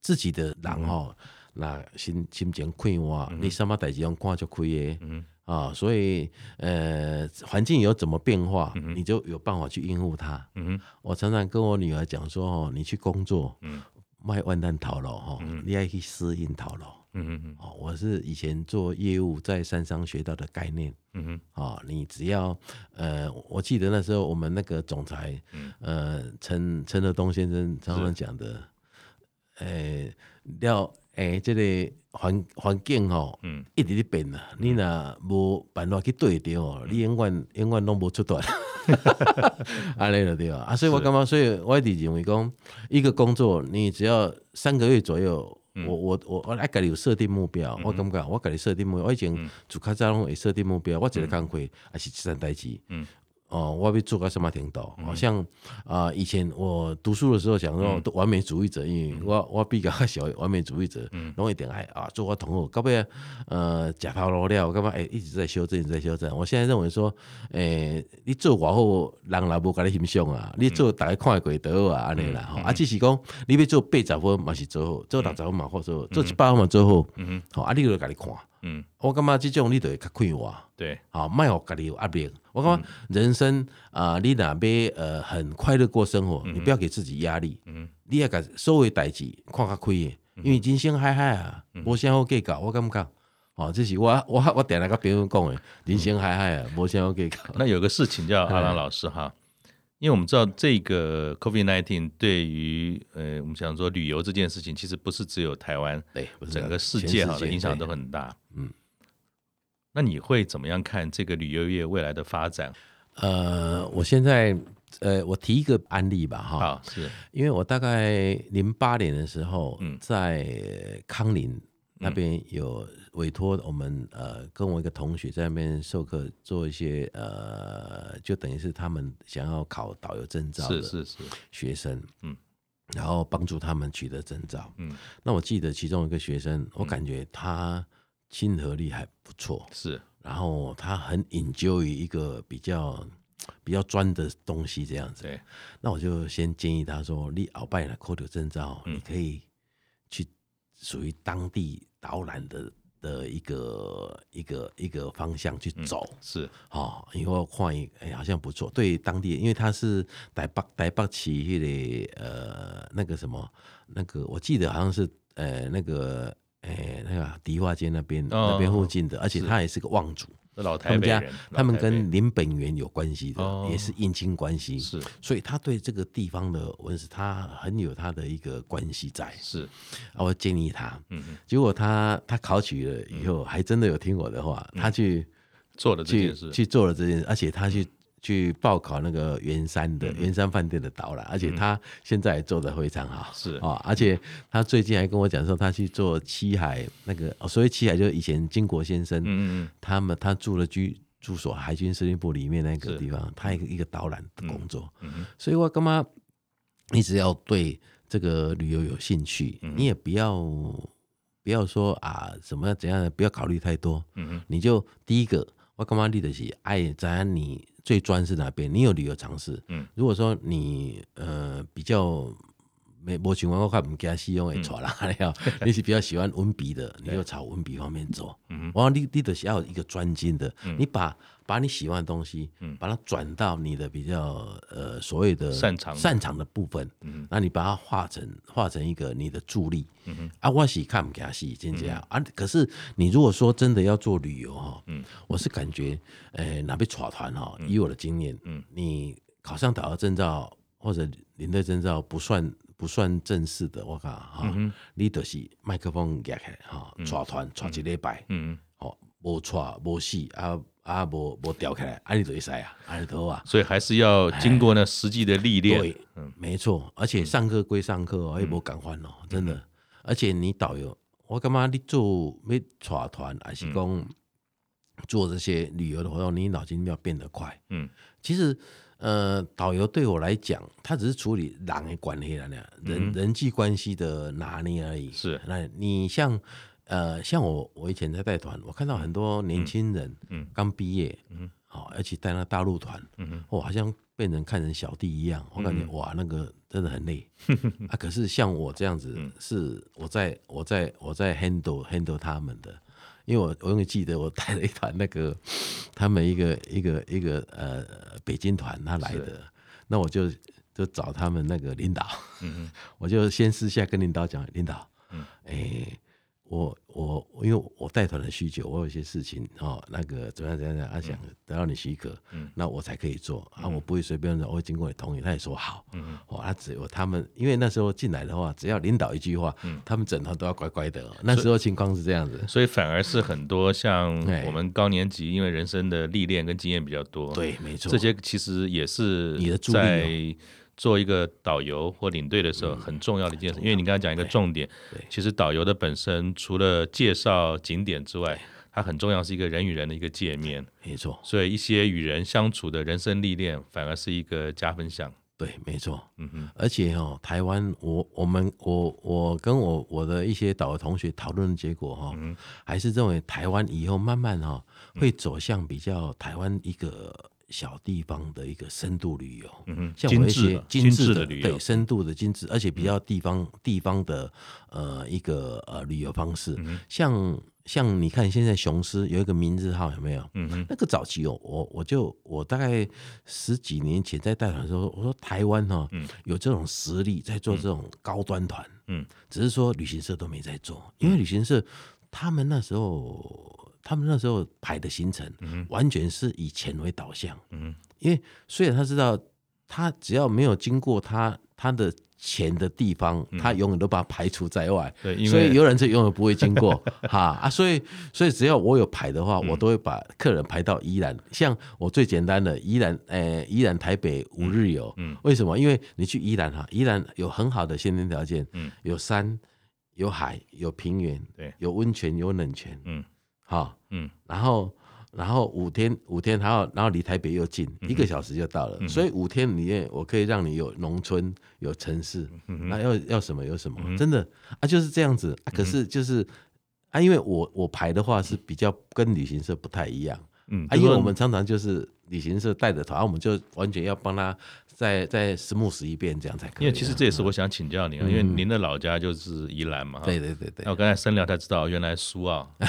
[SPEAKER 2] 自己的
[SPEAKER 1] 嗯
[SPEAKER 2] 人吼，那心心情快活，你什么代志用看就开的
[SPEAKER 1] 嗯
[SPEAKER 2] 啊，所以呃，环境有怎么变化，你就有办法去应付它。
[SPEAKER 1] 嗯
[SPEAKER 2] 我常常跟我女儿讲说，哦，你去工作，
[SPEAKER 1] 嗯
[SPEAKER 2] 卖万蛋头路哈，你要去适应头路。
[SPEAKER 1] 嗯
[SPEAKER 2] 哦，我是以前做业务在三商学到的概念。
[SPEAKER 1] 嗯嗯
[SPEAKER 2] 哦，你只要呃，我我记得那时候我
[SPEAKER 1] 嗯
[SPEAKER 2] 们那个总裁，呃，陈陈德东先生常常讲的，诶了诶，即个环环境吼，
[SPEAKER 1] 嗯，
[SPEAKER 2] 一直咧变啊。你若无办法去对着哦，
[SPEAKER 1] 嗯
[SPEAKER 2] 你永远永远拢无出段。安尼就对啊。啊，所以我
[SPEAKER 1] 是
[SPEAKER 2] 感觉，所以我一直认为讲，一个工作你只要三个月左右。我我我我爱家己有设定目标，我感觉我家己设定目标，我以前自较早拢会设定目标，我一个工课也是一件代志，哦，我要做到什么程度？好、像啊、以前我读书的时候想说都完美主义者，因为我我比较小完美主义者，拢一定爱啊做我同学，到尾呃假抛罗料，干嘛哎一直在修正，一直在修正。我现在认为说，诶、你做偌好，人也无甲你欣赏啊，你做大家看会过倒啊，安尼啦。吼、啊，只是讲你要做八十分嘛是做好，做六十分嘛好做好，做一百分嘛做好，
[SPEAKER 1] 嗯
[SPEAKER 2] 吼、啊，你就甲你看。
[SPEAKER 1] 嗯，
[SPEAKER 2] 我感觉即种你就会较快活。
[SPEAKER 1] 对，
[SPEAKER 2] 啊，卖互家己有压力。我
[SPEAKER 1] 嗯
[SPEAKER 2] 感觉人生啊、你若要呃很快乐过生活，你不要给自己压力。
[SPEAKER 1] 嗯，
[SPEAKER 2] 你要甲所有的代志看较开的，因为人生海海啊，
[SPEAKER 1] 嗯
[SPEAKER 2] 无啥好计较。我感觉，哦，这是我我我定来甲别人讲的，人生海海
[SPEAKER 1] 嗯
[SPEAKER 2] 啊，无啥好计较。
[SPEAKER 1] 那有个事情叫阿郎老师哈，因为我们知道这个 COVID nineteen 对于呃我们想说旅游这件事情，其实不是只有台湾，
[SPEAKER 2] 对，不是
[SPEAKER 1] 整个世
[SPEAKER 2] 全
[SPEAKER 1] 界哈的影响都
[SPEAKER 2] 对
[SPEAKER 1] 很大。
[SPEAKER 2] 嗯，
[SPEAKER 1] 那你会怎么样看这个旅游业未来的发展？
[SPEAKER 2] 呃，我现在呃，我提一个案例吧，哈，
[SPEAKER 1] 啊，是，
[SPEAKER 2] 因为我大概零八年的时候，
[SPEAKER 1] 嗯
[SPEAKER 2] 在康宁那边有委托我们呃，跟我一个同学在那边授课，做一些呃，就等于是他们想要考导游证照
[SPEAKER 1] 是
[SPEAKER 2] 的
[SPEAKER 1] 是是，
[SPEAKER 2] 学生，
[SPEAKER 1] 嗯
[SPEAKER 2] 然后帮助他们取得证照。
[SPEAKER 1] 嗯，
[SPEAKER 2] 那我记得其中一个学生，我感觉他亲和力还不错，
[SPEAKER 1] 是，
[SPEAKER 2] 然后他很 enjoy 一个比较比较专的东西这样子。
[SPEAKER 1] 对，
[SPEAKER 2] 那我就先建议他说，你鳌拜了扣留证照，
[SPEAKER 1] 嗯
[SPEAKER 2] 你可以去属于当地导览的的一个一个一个方向
[SPEAKER 1] 嗯
[SPEAKER 2] 去走。
[SPEAKER 1] 是，
[SPEAKER 2] 哦，因为我看伊哎、好像不错，对当地，因为他是台北台北市迄、个呃那个什么那个，我记得好像是呃那个哎、那个迪化街那边、
[SPEAKER 1] 哦
[SPEAKER 2] 那边附近的，而且他也是个望族，
[SPEAKER 1] 老
[SPEAKER 2] 他
[SPEAKER 1] 台
[SPEAKER 2] 们
[SPEAKER 1] 北
[SPEAKER 2] 家
[SPEAKER 1] 人，啊
[SPEAKER 2] 他们
[SPEAKER 1] 老台北
[SPEAKER 2] 跟林本源有关系的，
[SPEAKER 1] 哦
[SPEAKER 2] 也是姻亲关系，
[SPEAKER 1] 是
[SPEAKER 2] 所以他对这个地方的文史，他很有他的一个关系在，
[SPEAKER 1] 是，
[SPEAKER 2] 啊，我建议他，
[SPEAKER 1] 嗯嗯，
[SPEAKER 2] 结果他他考取了以后，还真的有听我的话，
[SPEAKER 1] 嗯
[SPEAKER 2] 他去。
[SPEAKER 1] 做了这
[SPEAKER 2] 去
[SPEAKER 1] 件事，
[SPEAKER 2] 去做了这件事，而且他去去报考那个圆山
[SPEAKER 1] 嗯
[SPEAKER 2] 的圆山饭店的导览，而且他现在也做得非常好，
[SPEAKER 1] 是
[SPEAKER 2] 啊，而且他最近还跟我讲说，他去做七海那个，哦所谓七海就是以前金国先生
[SPEAKER 1] 嗯嗯
[SPEAKER 2] 他们他住的居住所海军司令部里面那个
[SPEAKER 1] 是
[SPEAKER 2] 地方，他一个一个导览的工作，
[SPEAKER 1] 嗯嗯
[SPEAKER 2] 所以我干嘛一直要对这个旅游有兴趣，
[SPEAKER 1] 嗯
[SPEAKER 2] 你也不要不要说啊怎么样怎样，不要考虑太多，
[SPEAKER 1] 嗯嗯，
[SPEAKER 2] 你就第一个，我干嘛立的是爱在你最专是哪边，你有旅游常识。
[SPEAKER 1] 嗯，
[SPEAKER 2] 如果说你呃比较没没情况，我看唔惊西用会错啦，
[SPEAKER 1] 嗯
[SPEAKER 2] 了、 你是比较喜欢文 笔的，你就朝文笔方面走。
[SPEAKER 1] 嗯，
[SPEAKER 2] 然后你你的是要有一个专精的，你把把你喜欢的东西，把它转到你的比较呃所谓的
[SPEAKER 1] 嗯擅长的
[SPEAKER 2] 擅长的部分，
[SPEAKER 1] 嗯
[SPEAKER 2] 那你把它化成化成一个你的助力。啊，我是看不起戏，真正、啊。可是你如果说真的要做旅游哈，
[SPEAKER 1] 嗯
[SPEAKER 2] 我是感觉，呃，哪边耍团哈，以我的经验，
[SPEAKER 1] 嗯
[SPEAKER 2] 你考上导游证照或者领队证照不算不算正式的，我讲
[SPEAKER 1] 嗯
[SPEAKER 2] 哈，你就是麦克风夹起来哈，耍团耍一礼拜，
[SPEAKER 1] 嗯，嗯
[SPEAKER 2] 哦，无耍无死啊啊，无无吊起来，啊你就会使啊，啊你就好啊。
[SPEAKER 1] 所以还是要经过呢实际的历练
[SPEAKER 2] 对，，
[SPEAKER 1] 嗯
[SPEAKER 2] 没错，而且上课归上课哦，也无敢换哦，
[SPEAKER 1] 嗯
[SPEAKER 2] 真的。而且你导游，我感觉你做要带团，还是讲
[SPEAKER 1] 嗯
[SPEAKER 2] 做这些旅游的活动，你脑筋要变得快。
[SPEAKER 1] 嗯，
[SPEAKER 2] 其实，呃，导游对我来讲，他只是处理人的关系了，人、人际关系的拿捏而已。
[SPEAKER 1] 嗯是
[SPEAKER 2] 那你像。呃，像我，我以前在带团，我看到很多年轻人，
[SPEAKER 1] 嗯
[SPEAKER 2] 嗯，刚毕业，嗯，好、而且带那大陆团，
[SPEAKER 1] 嗯
[SPEAKER 2] 我好像被人看成小弟一样，我感觉、哇，那个真的很累 啊。可是像我这样子，是我在我在我在 handle handle 他们的，因为我我永远记得我带了一团那个他们一个一个一个呃北京团他来的，那我就就找他们那个领导，
[SPEAKER 1] 嗯嗯
[SPEAKER 2] 我就先私下跟领导讲，领导，哎、我我因为我带团的需求，我有一些事情哦，那个怎么样怎么样怎么样，啊想得到你许可，
[SPEAKER 1] 嗯
[SPEAKER 2] 那我才可以做啊，我不会随便的，我会经过你同意，他也说好，
[SPEAKER 1] 嗯
[SPEAKER 2] 哦，他只有他们，因为那时候进来的话，只要领导一句话，
[SPEAKER 1] 嗯
[SPEAKER 2] 他们整团都要乖乖的哦、那时候情况是这样子，
[SPEAKER 1] 所以反而是很多像
[SPEAKER 2] 哎
[SPEAKER 1] 我们高年级，因为人生的历练跟经验比较多，，
[SPEAKER 2] 对，没错，
[SPEAKER 1] 这些其实也是
[SPEAKER 2] 你的助力哦嗯
[SPEAKER 1] 在做一个导游或领队的时候很重要的一件事，因为你刚才讲一个重点
[SPEAKER 2] 对，
[SPEAKER 1] 其实导游的本身除了介绍景点之外，它很重要是一个人与人的一个界面，
[SPEAKER 2] 没错，
[SPEAKER 1] 所以一些与人相处的人生历练反而是一个加分项。
[SPEAKER 2] 对，没错，
[SPEAKER 1] 嗯哼，
[SPEAKER 2] 而且哦，台湾我我们我我跟我我的一些导游同学讨论的结果哈、哦，
[SPEAKER 1] 嗯
[SPEAKER 2] 还是认为台湾以后慢慢哈、哦、会走向比较台湾一个小地方的一个深度旅游。
[SPEAKER 1] 嗯哼，
[SPEAKER 2] 像我
[SPEAKER 1] 精
[SPEAKER 2] 一
[SPEAKER 1] 致
[SPEAKER 2] 些
[SPEAKER 1] 的
[SPEAKER 2] 精
[SPEAKER 1] 致
[SPEAKER 2] 致
[SPEAKER 1] 的
[SPEAKER 2] 的
[SPEAKER 1] 旅游嗯
[SPEAKER 2] 对，深度的精致，而且比较地方地方的呃一个呃旅游方
[SPEAKER 1] 嗯
[SPEAKER 2] 式，像像你看现在雄狮有一个名字号有没有？
[SPEAKER 1] 嗯哼，
[SPEAKER 2] 那个早期哦，我我就我大概十几年前在带团的时候，我说台湾哈、哦有这种实力在做这种高端团，
[SPEAKER 1] 嗯，
[SPEAKER 2] 只是说旅行社都没在做，因为旅行社他们那时候他们那时候排的行程，完全是以钱为导向，
[SPEAKER 1] 嗯，
[SPEAKER 2] 因为虽然他知道他只要没有经过他他的钱的地方，
[SPEAKER 1] 嗯
[SPEAKER 2] 他永远都把它排除在外，
[SPEAKER 1] 对，因
[SPEAKER 2] 所以
[SPEAKER 1] 为
[SPEAKER 2] 游览车永远不会经 过哈啊，所以所以只要我有排的
[SPEAKER 1] 嗯
[SPEAKER 2] 话，我都会把客人排到宜兰。像我最简单的宜兰，呃，宜兰台北五日游，
[SPEAKER 1] 嗯嗯
[SPEAKER 2] 为什么？因为你去宜兰哈，宜兰有很好的先天条件，
[SPEAKER 1] 嗯
[SPEAKER 2] 有山，有海，有平原，
[SPEAKER 1] 对
[SPEAKER 2] 有温泉，有冷泉，
[SPEAKER 1] 嗯
[SPEAKER 2] 哈，
[SPEAKER 1] 嗯
[SPEAKER 2] 然后。然后五天，五天，然后然后离台北又近，
[SPEAKER 1] 嗯
[SPEAKER 2] 一个小时就到了。所以五天里面，我可以让你有农村，有城市，
[SPEAKER 1] 嗯
[SPEAKER 2] 那
[SPEAKER 1] 哼
[SPEAKER 2] 要要什么有什么，
[SPEAKER 1] 嗯
[SPEAKER 2] 真的啊，就是这样子。啊、可是就是、啊，因为我我排的话是比较跟旅行社不太一样
[SPEAKER 1] 嗯，就
[SPEAKER 2] 啊，因为
[SPEAKER 1] 说
[SPEAKER 2] 我们常常就是旅行社带的团，啊我们就完全要帮他再再 smooth 一遍，这样才可以啊、
[SPEAKER 1] 因为其实这也是我想请教您啊，因为您的老家就是宜兰嘛，哈
[SPEAKER 2] 嗯对对对对
[SPEAKER 1] 那，我刚才深聊才知道，原来苏澳。啊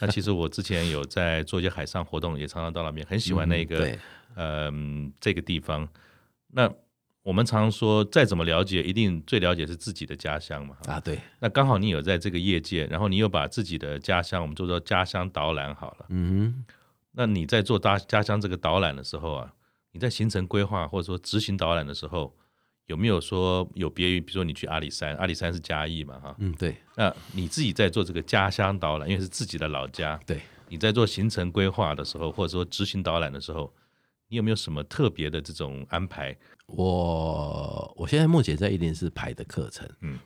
[SPEAKER 1] 那其实我之前有在做一些海上活动，也常常到那边，很喜欢那
[SPEAKER 2] 嗯
[SPEAKER 1] 个
[SPEAKER 2] 对
[SPEAKER 1] 嗯这个地方。那我们常说，再怎么了解，一定最了解是自己的家乡嘛。
[SPEAKER 2] 啊对，
[SPEAKER 1] 那刚好你有在这个业界，然后你又把自己的家乡，我们就说家乡导览好了。
[SPEAKER 2] 嗯哼，
[SPEAKER 1] 那你在做大家乡这个导览的时候啊，你在行程规划或者说执行导览的时候，有没有说有别于，比如说你去阿里山，阿里山是嘉义嘛，哈，
[SPEAKER 2] 嗯对
[SPEAKER 1] 那你自己在做这个家乡导览，因为是自己的老家，
[SPEAKER 2] 对。
[SPEAKER 1] 你在做行程规划的时候，或者说执行导览的时候，你有没有什么特别的这种安排？
[SPEAKER 2] 我我现在目前在一零四排的课程，
[SPEAKER 1] 嗯
[SPEAKER 2] 嗯，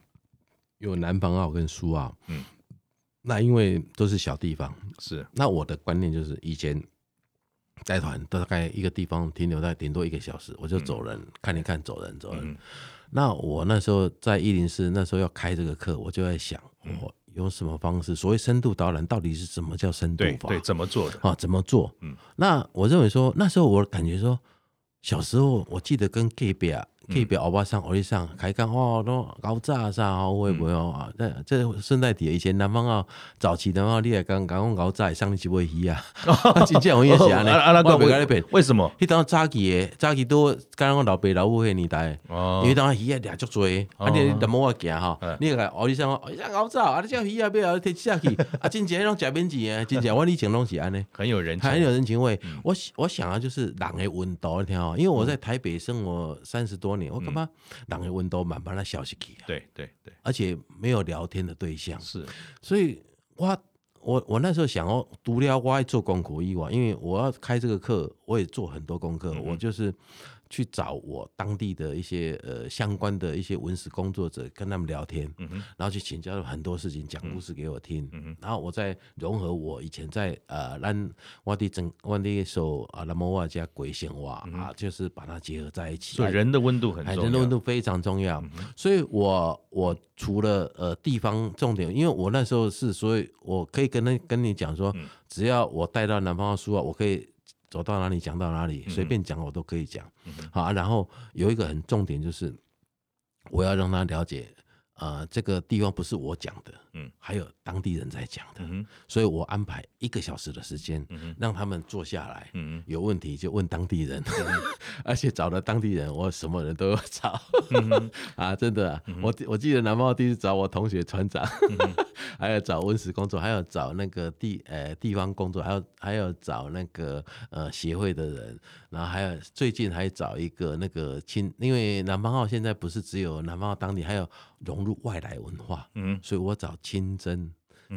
[SPEAKER 2] 有南方澳跟苏澳，
[SPEAKER 1] 嗯
[SPEAKER 2] 嗯，那因为都是小地方，
[SPEAKER 1] 是，
[SPEAKER 2] 那我的观念就是，以前带团都大概一个地方停留在顶多一个小时，我就走人，看一看走人走人。
[SPEAKER 1] 嗯
[SPEAKER 2] 那我那时候在一零四，那时候要开这个课，我就在想，
[SPEAKER 1] 嗯
[SPEAKER 2] 我用什么方式？所谓深度导览，到底是什么叫深度
[SPEAKER 1] 对
[SPEAKER 2] 法？
[SPEAKER 1] 对，怎么 做的？
[SPEAKER 2] 啊，怎么做？
[SPEAKER 1] 嗯
[SPEAKER 2] 那我认为说，那时候我感觉说，小时候我记得跟 K 表
[SPEAKER 1] 嗯
[SPEAKER 2] K 表欧巴桑、欧丽桑开讲哦，都搞炸啥哦，会
[SPEAKER 1] 嗯
[SPEAKER 2] 不会哦啊？这这顺带提，以前南方啊，早期南方你也讲讲搞炸，上你几 尾鱼啊？真正我也是安尼，
[SPEAKER 1] 哦啊啊那
[SPEAKER 2] 我
[SPEAKER 1] 个
[SPEAKER 2] 袂甲你骗。
[SPEAKER 1] 为什么？
[SPEAKER 2] 迄当早期的早期都敢若老爸老母迄年代的，
[SPEAKER 1] 哦
[SPEAKER 2] 因为，当时鱼啊掠足多，啊你淡薄仔行吼
[SPEAKER 1] 嗯，
[SPEAKER 2] 你来学你想讲，哎呀搞早，啊你只鱼啊要啊摕下去，啊真正拢食免钱的，真正我以前拢是安尼。
[SPEAKER 1] 很有人情
[SPEAKER 2] 很有人情味。我喜我想要啊就是人的温度，你听哦，因为我在台北生活三十多年，我感觉人的温度慢慢的消失去了，
[SPEAKER 1] 对对对，
[SPEAKER 2] 而且没有聊天的对象，
[SPEAKER 1] 是，
[SPEAKER 2] 所以我我我那时候想哦，除了我爱做功课以外，因为我要开这个课，我也做很多功
[SPEAKER 1] 嗯
[SPEAKER 2] 课，我就是。去找我当地的一些呃相关的一些文史工作者，跟他们聊天，
[SPEAKER 1] 嗯哼，
[SPEAKER 2] 然后去请教了很多事情，讲故事给我听，
[SPEAKER 1] 嗯哼
[SPEAKER 2] 然后我再融合我以前在呃，咱我的整我的手啊，那么我加鬼神话、
[SPEAKER 1] 嗯
[SPEAKER 2] 啊，就是把它结合在一起。
[SPEAKER 1] 所以人的温度很
[SPEAKER 2] 哎，
[SPEAKER 1] 重要，嗯
[SPEAKER 2] 人的温度非常重要，所以我我除了呃地方重点，因为我那时候是，所以我可以跟那跟你讲说，
[SPEAKER 1] 嗯
[SPEAKER 2] 只要我带到南方的书啊，我可以走到哪里讲到哪
[SPEAKER 1] 嗯
[SPEAKER 2] 里，随便讲我都可以讲。好、啊，然后有一个很重点就是，我要让他了解呃，这个地方不是我讲的，
[SPEAKER 1] 嗯
[SPEAKER 2] 嗯，还有当地人在讲的，
[SPEAKER 1] 嗯哼
[SPEAKER 2] 所以我安排一个小时的时间，
[SPEAKER 1] 嗯
[SPEAKER 2] 让他们坐下来，
[SPEAKER 1] 嗯
[SPEAKER 2] 有问题就问当地人， 而且找了当地人，我什么人都有找
[SPEAKER 1] 嗯
[SPEAKER 2] 啊，真的、啊，我我记得南茂第一次找我同学船长，
[SPEAKER 1] 嗯
[SPEAKER 2] 还有找温室工作，还有找那个地呃地方工作，还有还有找那个呃协会的人，然后还有最近还找一个那个亲，因为南方澳现在不是只有南方澳当地，还有融入外来文化，
[SPEAKER 1] 嗯
[SPEAKER 2] 所以我找清真。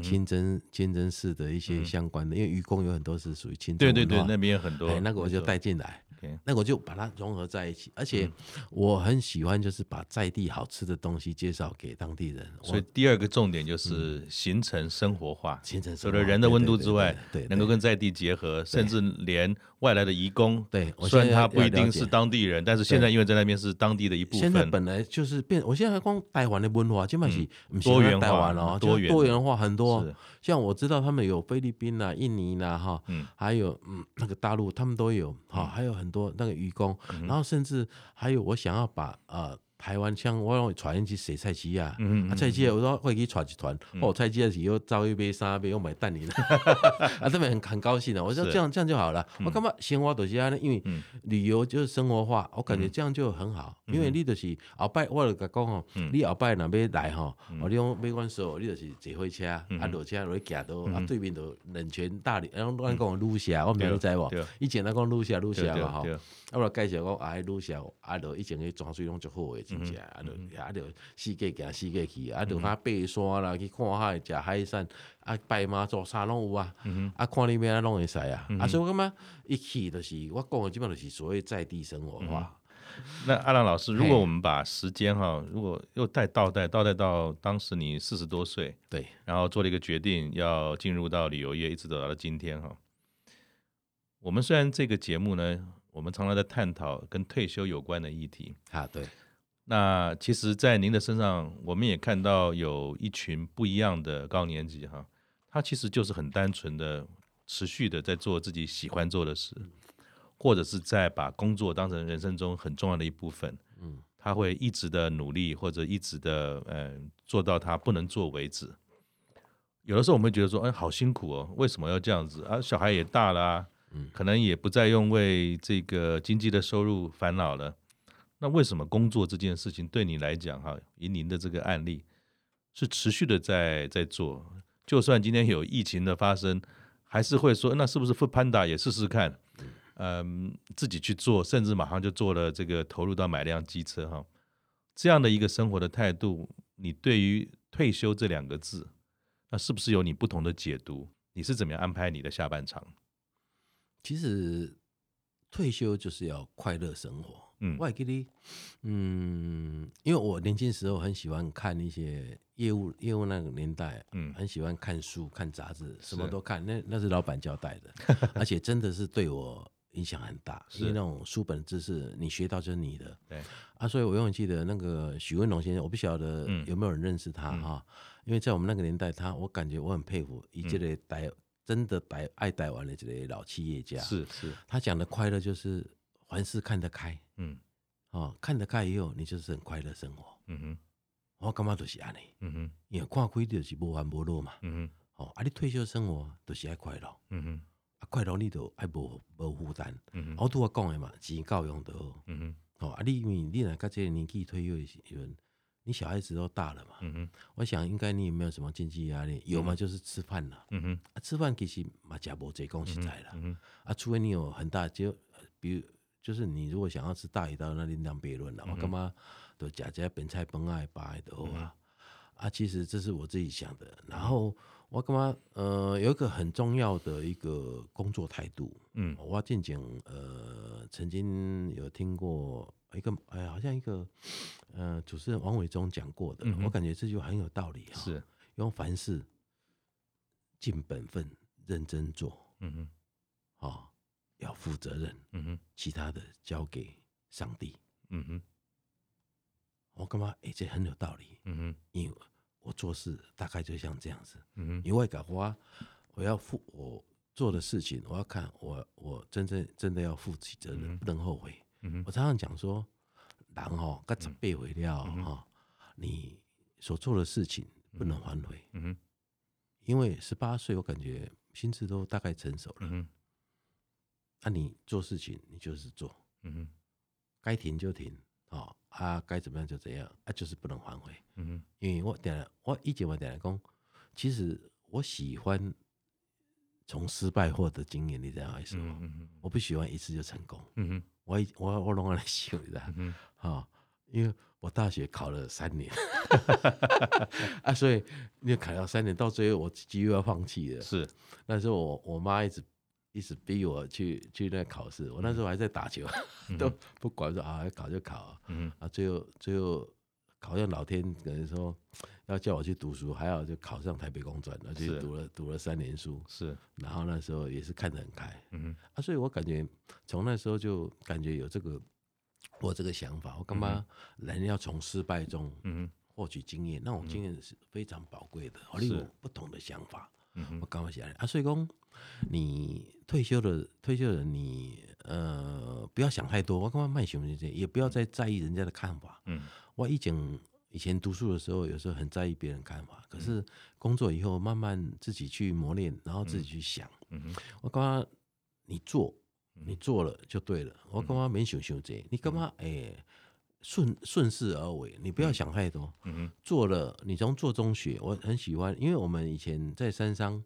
[SPEAKER 2] 清真清真寺的一些相关的，因为愚公有很多是属于清真
[SPEAKER 1] 对
[SPEAKER 2] 文化
[SPEAKER 1] 嗯对对，那边有很多
[SPEAKER 2] 哎，，那个我就带进来
[SPEAKER 1] OK，嗯
[SPEAKER 2] 那个我就把它融合在一起，而且我很喜欢就是把在地好吃的东西介绍给当地人，
[SPEAKER 1] 所以第二个重点就是形成生活化，
[SPEAKER 2] 形成
[SPEAKER 1] 除了人的温度之外，
[SPEAKER 2] 哦对对对对
[SPEAKER 1] 能够跟在地结合，甚至连外来的移工，
[SPEAKER 2] 对我
[SPEAKER 1] 虽然
[SPEAKER 2] 现在
[SPEAKER 1] 他
[SPEAKER 2] 要
[SPEAKER 1] 不一
[SPEAKER 2] 要
[SPEAKER 1] 定
[SPEAKER 2] 了解
[SPEAKER 1] 是当地人，但是现在因为在那边是当地的一部
[SPEAKER 2] 现在
[SPEAKER 1] 分，
[SPEAKER 2] 本来就是变，我现在光台湾的文化，基本上是不
[SPEAKER 1] 嗯
[SPEAKER 2] 是
[SPEAKER 1] 多元化
[SPEAKER 2] 台湾哦，
[SPEAKER 1] 多元
[SPEAKER 2] 就是多元化很多
[SPEAKER 1] 是。
[SPEAKER 2] 像我知道他们有菲律宾啦、印尼啦，哈，还有嗯那个大陆，他们都有
[SPEAKER 1] 嗯
[SPEAKER 2] 哈，还有很多那个愚公，然后甚至还有我想要把呃。台湾像我让传去写菜鸡啊，
[SPEAKER 1] 嗯
[SPEAKER 2] 啊菜鸡啊，我说会给传一团，哦菜鸡啊是又招一杯三杯，又买蛋零， 啊他们很很高兴的，我说
[SPEAKER 1] 是嗯
[SPEAKER 2] 这样这样就好了，我干嘛生活就是安尼，因为旅游就是生活化，我感觉这样就很好，
[SPEAKER 1] 嗯
[SPEAKER 2] 因为你就是后摆我就甲讲吼，你后摆若要来吼，
[SPEAKER 1] 嗯
[SPEAKER 2] 哦，你讲买阮所，你就是坐火车，啊落车落去行到啊对面就冷泉大理，然后乱讲路线，我毋知你知无
[SPEAKER 1] 嗯对对？
[SPEAKER 2] 以前咱讲路线路
[SPEAKER 1] 对
[SPEAKER 2] 线嘛吼，
[SPEAKER 1] 对
[SPEAKER 2] 啊我就介绍讲啊迄路线，啊就以前迄泉水拢足好诶，真正啊就啊就四界行四界去，啊就啊爬山啦，去看海，食海产，啊拜妈祖啥拢有啊，啊看你要安拢会使啊，啊所以我感觉一去就是我讲诶，基本就是所谓在地生活化。
[SPEAKER 1] 那阿浪老师，如果
[SPEAKER 2] 嘿
[SPEAKER 1] 我们把时间哈，如果又带倒带倒带到当时你四十多岁，
[SPEAKER 2] 对，
[SPEAKER 1] 然后做了一个决定，要进入到旅游业，一直走到了今天哈。我们虽然这个节目呢，我们常常在探讨跟退休有关的议题，
[SPEAKER 2] 啊，对，
[SPEAKER 1] 那其实，在您的身上，我们也看到有一群不一样的高年级哈，他其实就是很单纯的、持续的在做自己喜欢做的事，或者是在把工作当成人生中很重要的一部分。嗯，他会一直的努力，或者一直的嗯、呃做到他不能做为止。有的时候我们会觉得说，哎，好辛苦哦，为什么要这样子啊？小孩也大了、啊，可能也不再用为这个经济的收入烦恼了。那为什么工作这件事情对你来讲，哈，以您的这个案例，是持续的在在做？就算今天有疫情的发生，还是会说，那是不是 Food Panda 也试试看？嗯，自己去做，甚至马上就做了这个投入到买辆机车哈，这样的一个生活的态度，你对于退休这两个字，那是不是有你不同的解读？你是怎么样安排你的下半场？
[SPEAKER 2] 其实退休就是要快乐生活。
[SPEAKER 1] 嗯
[SPEAKER 2] 我还记得，嗯，因为我年轻时候很喜欢看一些业务，业务那个年代，
[SPEAKER 1] 嗯
[SPEAKER 2] 嗯，很喜欢看书、看杂志，什么都看。那那是老板交 代的，而且真的是对我影响很大，
[SPEAKER 1] 是
[SPEAKER 2] 因为那种书本知识你学到就是你的，
[SPEAKER 1] 对，
[SPEAKER 2] 啊，所以我永远记得那个许文龙先生，我不晓得
[SPEAKER 1] 嗯
[SPEAKER 2] 有没有人认识他哈、因为在我们那个年代他，我感觉我很佩服，以
[SPEAKER 1] 嗯
[SPEAKER 2] 这个台、真的台爱台湾的这个老企业家，
[SPEAKER 1] 是是，
[SPEAKER 2] 他讲的快乐就是凡事看得开
[SPEAKER 1] 嗯
[SPEAKER 2] 哦，看得开以后，你就是很快乐生活。
[SPEAKER 1] 嗯哼
[SPEAKER 2] 我感觉就是安尼，
[SPEAKER 1] 嗯哼
[SPEAKER 2] 因为看开就是无烦无恼嘛，
[SPEAKER 1] 嗯哼
[SPEAKER 2] 哦，啊，你退休生活就是爱快乐，啊，
[SPEAKER 1] 嗯哼
[SPEAKER 2] 快乐你就爱无无负担。
[SPEAKER 1] 嗯哼
[SPEAKER 2] 我拄我讲的嘛，钱够用就好。
[SPEAKER 1] 嗯哼
[SPEAKER 2] 哦，啊，你因为你若到这个年纪退休的时阵，你小孩子都大了嘛，
[SPEAKER 1] 嗯哼
[SPEAKER 2] 我想应该你也没有什么经济压力，有嘛就是吃饭啦。
[SPEAKER 1] 嗯哼
[SPEAKER 2] 啊，吃饭其实嘛，食无济，讲实在啦。
[SPEAKER 1] 嗯
[SPEAKER 2] 啊，除非你有很大就，呃比如就是你如果想要吃大鱼大肉，那另当别
[SPEAKER 1] 嗯
[SPEAKER 2] 论了。我干嘛都加加本菜本爱白的啊？啊，其实这是我自己想的。然
[SPEAKER 1] 嗯
[SPEAKER 2] 后我干嘛呃，有一个很重要的一个工作态度。
[SPEAKER 1] 嗯，
[SPEAKER 2] 我进前呃，曾经有听过一个哎，好像一个呃主持人王伟忠讲过的，我感觉这就很有道理
[SPEAKER 1] 嗯
[SPEAKER 2] 啊、
[SPEAKER 1] 是，
[SPEAKER 2] 用凡事尽本分，认真做
[SPEAKER 1] 嗯哼
[SPEAKER 2] 啊、哦要负责任，
[SPEAKER 1] 嗯哼
[SPEAKER 2] 其他的交给上帝。
[SPEAKER 1] 嗯哼
[SPEAKER 2] 我干嘛？哎、这很有道理，
[SPEAKER 1] 嗯哼
[SPEAKER 2] 因为我做事大概就像这样子，
[SPEAKER 1] 嗯哼
[SPEAKER 2] 因为搞花，我要负我做的事情，我要看我我真正真的要负起责任，不能后悔。
[SPEAKER 1] 嗯哼
[SPEAKER 2] 哦我常常讲说，人哦，跟十八岁了哈、你所做的事情不能反悔，
[SPEAKER 1] 嗯哼，
[SPEAKER 2] 因为十八岁我感觉心智都大概成熟了。
[SPEAKER 1] 嗯哼，
[SPEAKER 2] 那、啊你做事情你就是做，
[SPEAKER 1] 嗯哼，
[SPEAKER 2] 该停就停，哦啊，该怎么样就怎样，啊，就是不能反悔。
[SPEAKER 1] 嗯哼，
[SPEAKER 2] 因为我点我以前我点来讲，其实我喜欢从失败获得经验，你知道我意思
[SPEAKER 1] 嗯
[SPEAKER 2] 吗？
[SPEAKER 1] 哼，嗯哼
[SPEAKER 2] 我不喜欢一次就成功，
[SPEAKER 1] 嗯哼，
[SPEAKER 2] 我以我我拢安尼想的，啊、
[SPEAKER 1] 嗯
[SPEAKER 2] 哦，因为我大学考了三年， 啊，所以你考了三年，到最后我几乎要放弃了
[SPEAKER 1] 哼，。是，
[SPEAKER 2] 那时候我我妈一直一直逼我去去那考试，我那时候还在打球， 都不管说啊考就考啊，
[SPEAKER 1] 嗯
[SPEAKER 2] 啊最后最后考上老天可能说要叫我去读书，还好就考上台北工专，而且
[SPEAKER 1] 是
[SPEAKER 2] 读了读了三年书，
[SPEAKER 1] 是，
[SPEAKER 2] 然后那时候也是看得很开
[SPEAKER 1] 嗯
[SPEAKER 2] 啊，所以我感觉从那时候就感觉有这个我这个想法，我干嘛人要从失败中
[SPEAKER 1] 哼，嗯
[SPEAKER 2] 获取经验，那种经验是非常宝贵的，我有不同的想法。
[SPEAKER 1] 哼，嗯
[SPEAKER 2] 我
[SPEAKER 1] 哼，
[SPEAKER 2] 刚刚想啊，所以讲你退休的退休人，你呃不要想太多，我刚刚卖熊这些，也不要再在意人家的看法。
[SPEAKER 1] 嗯
[SPEAKER 2] 我以前以前读书的时候，有时候很在意别人看法，可
[SPEAKER 1] 嗯
[SPEAKER 2] 是工作以后慢慢自己去磨练，然后自己去想。
[SPEAKER 1] 嗯哼，嗯
[SPEAKER 2] 我刚刚你做，你做了就对了。我刚刚没想想这，你干嘛哎顺顺势而为，你不要想太多。
[SPEAKER 1] 嗯嗯哼，
[SPEAKER 2] 做了，你从做中学，我很喜欢，因为我们以前在山上，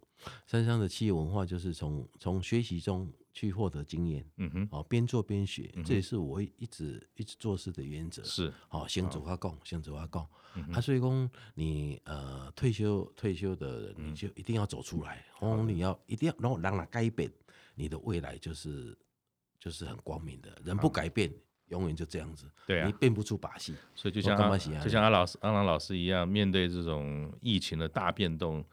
[SPEAKER 2] 山上的企业文化就是从从学习中去获得经验，
[SPEAKER 1] 嗯哼，
[SPEAKER 2] 哦，边做边学，这也是我一直一直做事的原则。
[SPEAKER 1] 嗯是，啊嗯
[SPEAKER 2] 哦，先走下供，先走下供。啊，所以讲你呃退休退休的人，
[SPEAKER 1] 嗯
[SPEAKER 2] 你就一定要走出来，哦，你要一定要，然后让它改变你的未来，就是就是很光明的。人不改变，永远就这样子，
[SPEAKER 1] 对啊
[SPEAKER 2] 你变不出把戏。
[SPEAKER 1] 所以就
[SPEAKER 2] 我
[SPEAKER 1] 像
[SPEAKER 2] 干
[SPEAKER 1] 阿
[SPEAKER 2] 嘛喜欢
[SPEAKER 1] 就像阿老师阿郎老师一样，面对这种疫情的大变动，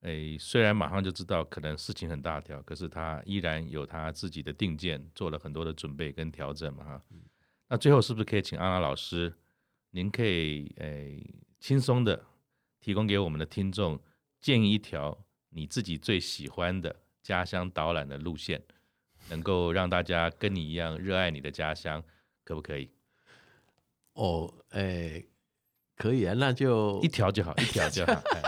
[SPEAKER 1] 哎，虽然马上就知道可能事情很大条，可是他依然有他自己的定见，做了很多的准备跟调整嘛哈。
[SPEAKER 2] 嗯
[SPEAKER 1] 那最后是不是可以请阿郎老师，您可以哎轻松的提供给我们的听众建议一条你自己最喜欢的家乡导览的路线，能够让大家跟你一样热爱你的家乡，可不可以？
[SPEAKER 2] 哦，诶、可以啊，那就
[SPEAKER 1] 一条就好，一条就好。 哎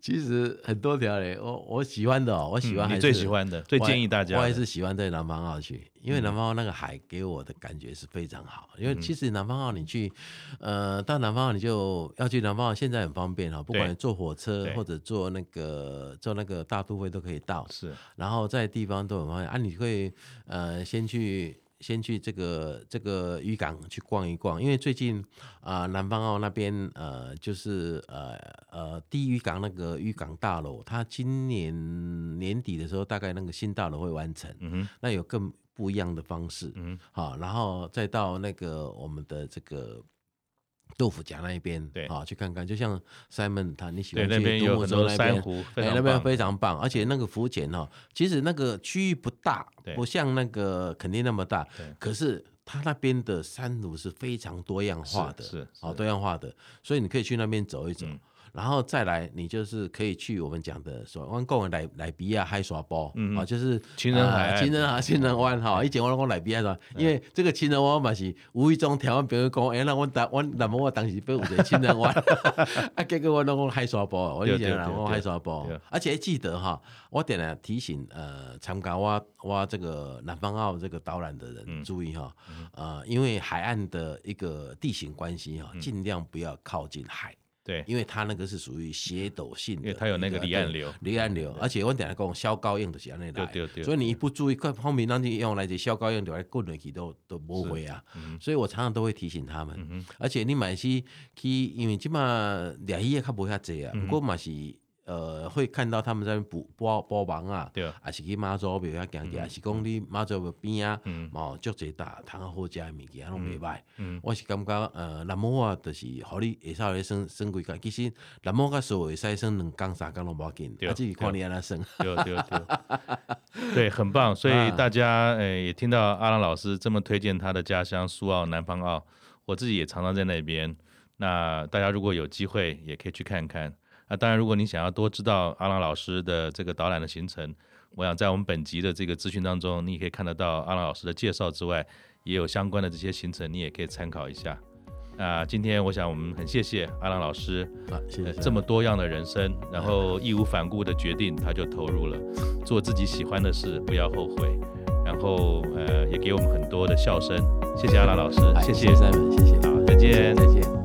[SPEAKER 2] 其实很多条嘞，我我喜欢的、哦，我喜
[SPEAKER 1] 嗯
[SPEAKER 2] 欢还是、
[SPEAKER 1] 你最喜欢的，最
[SPEAKER 2] 我还
[SPEAKER 1] 建议大家的。嗯
[SPEAKER 2] 我还是喜欢在南方澳去，因为南方澳那个海给我的感觉是非常好。因为其实南方澳你去，呃，到南方澳你就要去南方澳，现在很方便哈、哦，不管
[SPEAKER 1] 对
[SPEAKER 2] 你坐火车
[SPEAKER 1] 对
[SPEAKER 2] 或者坐那个坐那个大都会都可以到，
[SPEAKER 1] 是
[SPEAKER 2] 然后在地方都很方便啊。你会呃先去。先去这个这个渔港去逛一逛，因为最近啊、南方澳那边呃，就是呃呃，第一渔港那个渔港大楼，它今年年底的时候，大概那个新大楼会完成。
[SPEAKER 1] 嗯哼，
[SPEAKER 2] 那有更不一样的方式，
[SPEAKER 1] 嗯
[SPEAKER 2] 好、然后再到那个我们的这个豆腐夹那一边，
[SPEAKER 1] 对
[SPEAKER 2] 好、去看看，就像 Simon 他你喜
[SPEAKER 1] 对，
[SPEAKER 2] 欢
[SPEAKER 1] 那边
[SPEAKER 2] 去独
[SPEAKER 1] 有
[SPEAKER 2] 木
[SPEAKER 1] 很
[SPEAKER 2] 舟
[SPEAKER 1] 多
[SPEAKER 2] 那
[SPEAKER 1] 珊
[SPEAKER 2] 边。
[SPEAKER 1] 瑚，非
[SPEAKER 2] 哎，
[SPEAKER 1] 常
[SPEAKER 2] 那边
[SPEAKER 1] 棒。
[SPEAKER 2] 非常棒，而且那个浮潜哦，其实那个区域不大
[SPEAKER 1] 对，
[SPEAKER 2] 不像那个肯定那么大
[SPEAKER 1] 对，
[SPEAKER 2] 可是它那边的山路是非常多样化的，
[SPEAKER 1] 是是
[SPEAKER 2] 哦，
[SPEAKER 1] 是嗯
[SPEAKER 2] 多样化的，所以你可以去那边走一走，然后再来，你就是可以去我们讲的所湾贡奶奶比亚海耍包，
[SPEAKER 1] 嗯
[SPEAKER 2] 啊，就是
[SPEAKER 1] 情人海
[SPEAKER 2] 啊
[SPEAKER 1] 岸
[SPEAKER 2] 情人啊，情人湾哈，以前我拢讲来比亚啥，因为这个情人湾嘛是无意中听阮朋友讲，哎，那我当我那么我当时被有一个情人 湾，啊，结果我拢讲海沙包，我以前人讲海沙包
[SPEAKER 1] 对对对对，
[SPEAKER 2] 而且还记得哈，我点了提醒呃参加我我这个南方澳这个导览的
[SPEAKER 1] 嗯
[SPEAKER 2] 人注意哈，呃，因为海岸的一个地形关系
[SPEAKER 1] 嗯
[SPEAKER 2] 哈，尽量不要靠近海。
[SPEAKER 1] 对，
[SPEAKER 2] 因为它那个是属于斜斗性的，
[SPEAKER 1] 嗯因为它有那个离岸流
[SPEAKER 2] 对离岸流，而且我等下讲消高应就是安尼来，
[SPEAKER 1] 对对对
[SPEAKER 2] 所以你一不注意，看方面咱就用来这消高应流来滚落去都都不会啊，
[SPEAKER 1] 嗯
[SPEAKER 2] 所以我常常都会提醒他们，而且你买是去，因为即马掠鱼也较无遐济
[SPEAKER 1] 嗯
[SPEAKER 2] 啊，不过嘛是。呃，会看到他们在那边捕捕捕网啊，
[SPEAKER 1] 对
[SPEAKER 2] 还是去妈祖庙遐行行，还是讲你妈祖庙边啊
[SPEAKER 1] 嗯，
[SPEAKER 2] 哦，足济大通好食的物件拢袂歹。
[SPEAKER 1] 嗯
[SPEAKER 2] 我是感觉呃，南摩啊，就是互你会使互你算算几工。其实南摩甲所会使算两工三工拢无要紧，
[SPEAKER 1] 对
[SPEAKER 2] 啊，只是看你安怎 算。
[SPEAKER 1] 对对对，对，很棒。所以大家呃也听到阿郎老师这么推荐他的家乡苏澳南方澳，我自己也常常在那边。那大家如果有机会，也可以去看看。那当然，如果你想要多知道阿郎老师的这个导览的行程，我想在我们本集的这个资讯当中，你也可以看得到阿郎老师的介绍之外，也有相关的这些行程，你也可以参考一下。那今天我想我们很谢谢阿郎老师，
[SPEAKER 2] 啊，谢谢
[SPEAKER 1] 呃。这么多样的人生，然后义无反顾的决定，他就投入了，做自己喜欢的事，不要后悔。然后呃，也给我们很多的笑声，谢谢阿郎老师，
[SPEAKER 2] 哎
[SPEAKER 1] 谢谢，
[SPEAKER 2] 谢 Simon，谢谢，
[SPEAKER 1] 好，再见
[SPEAKER 2] 再见。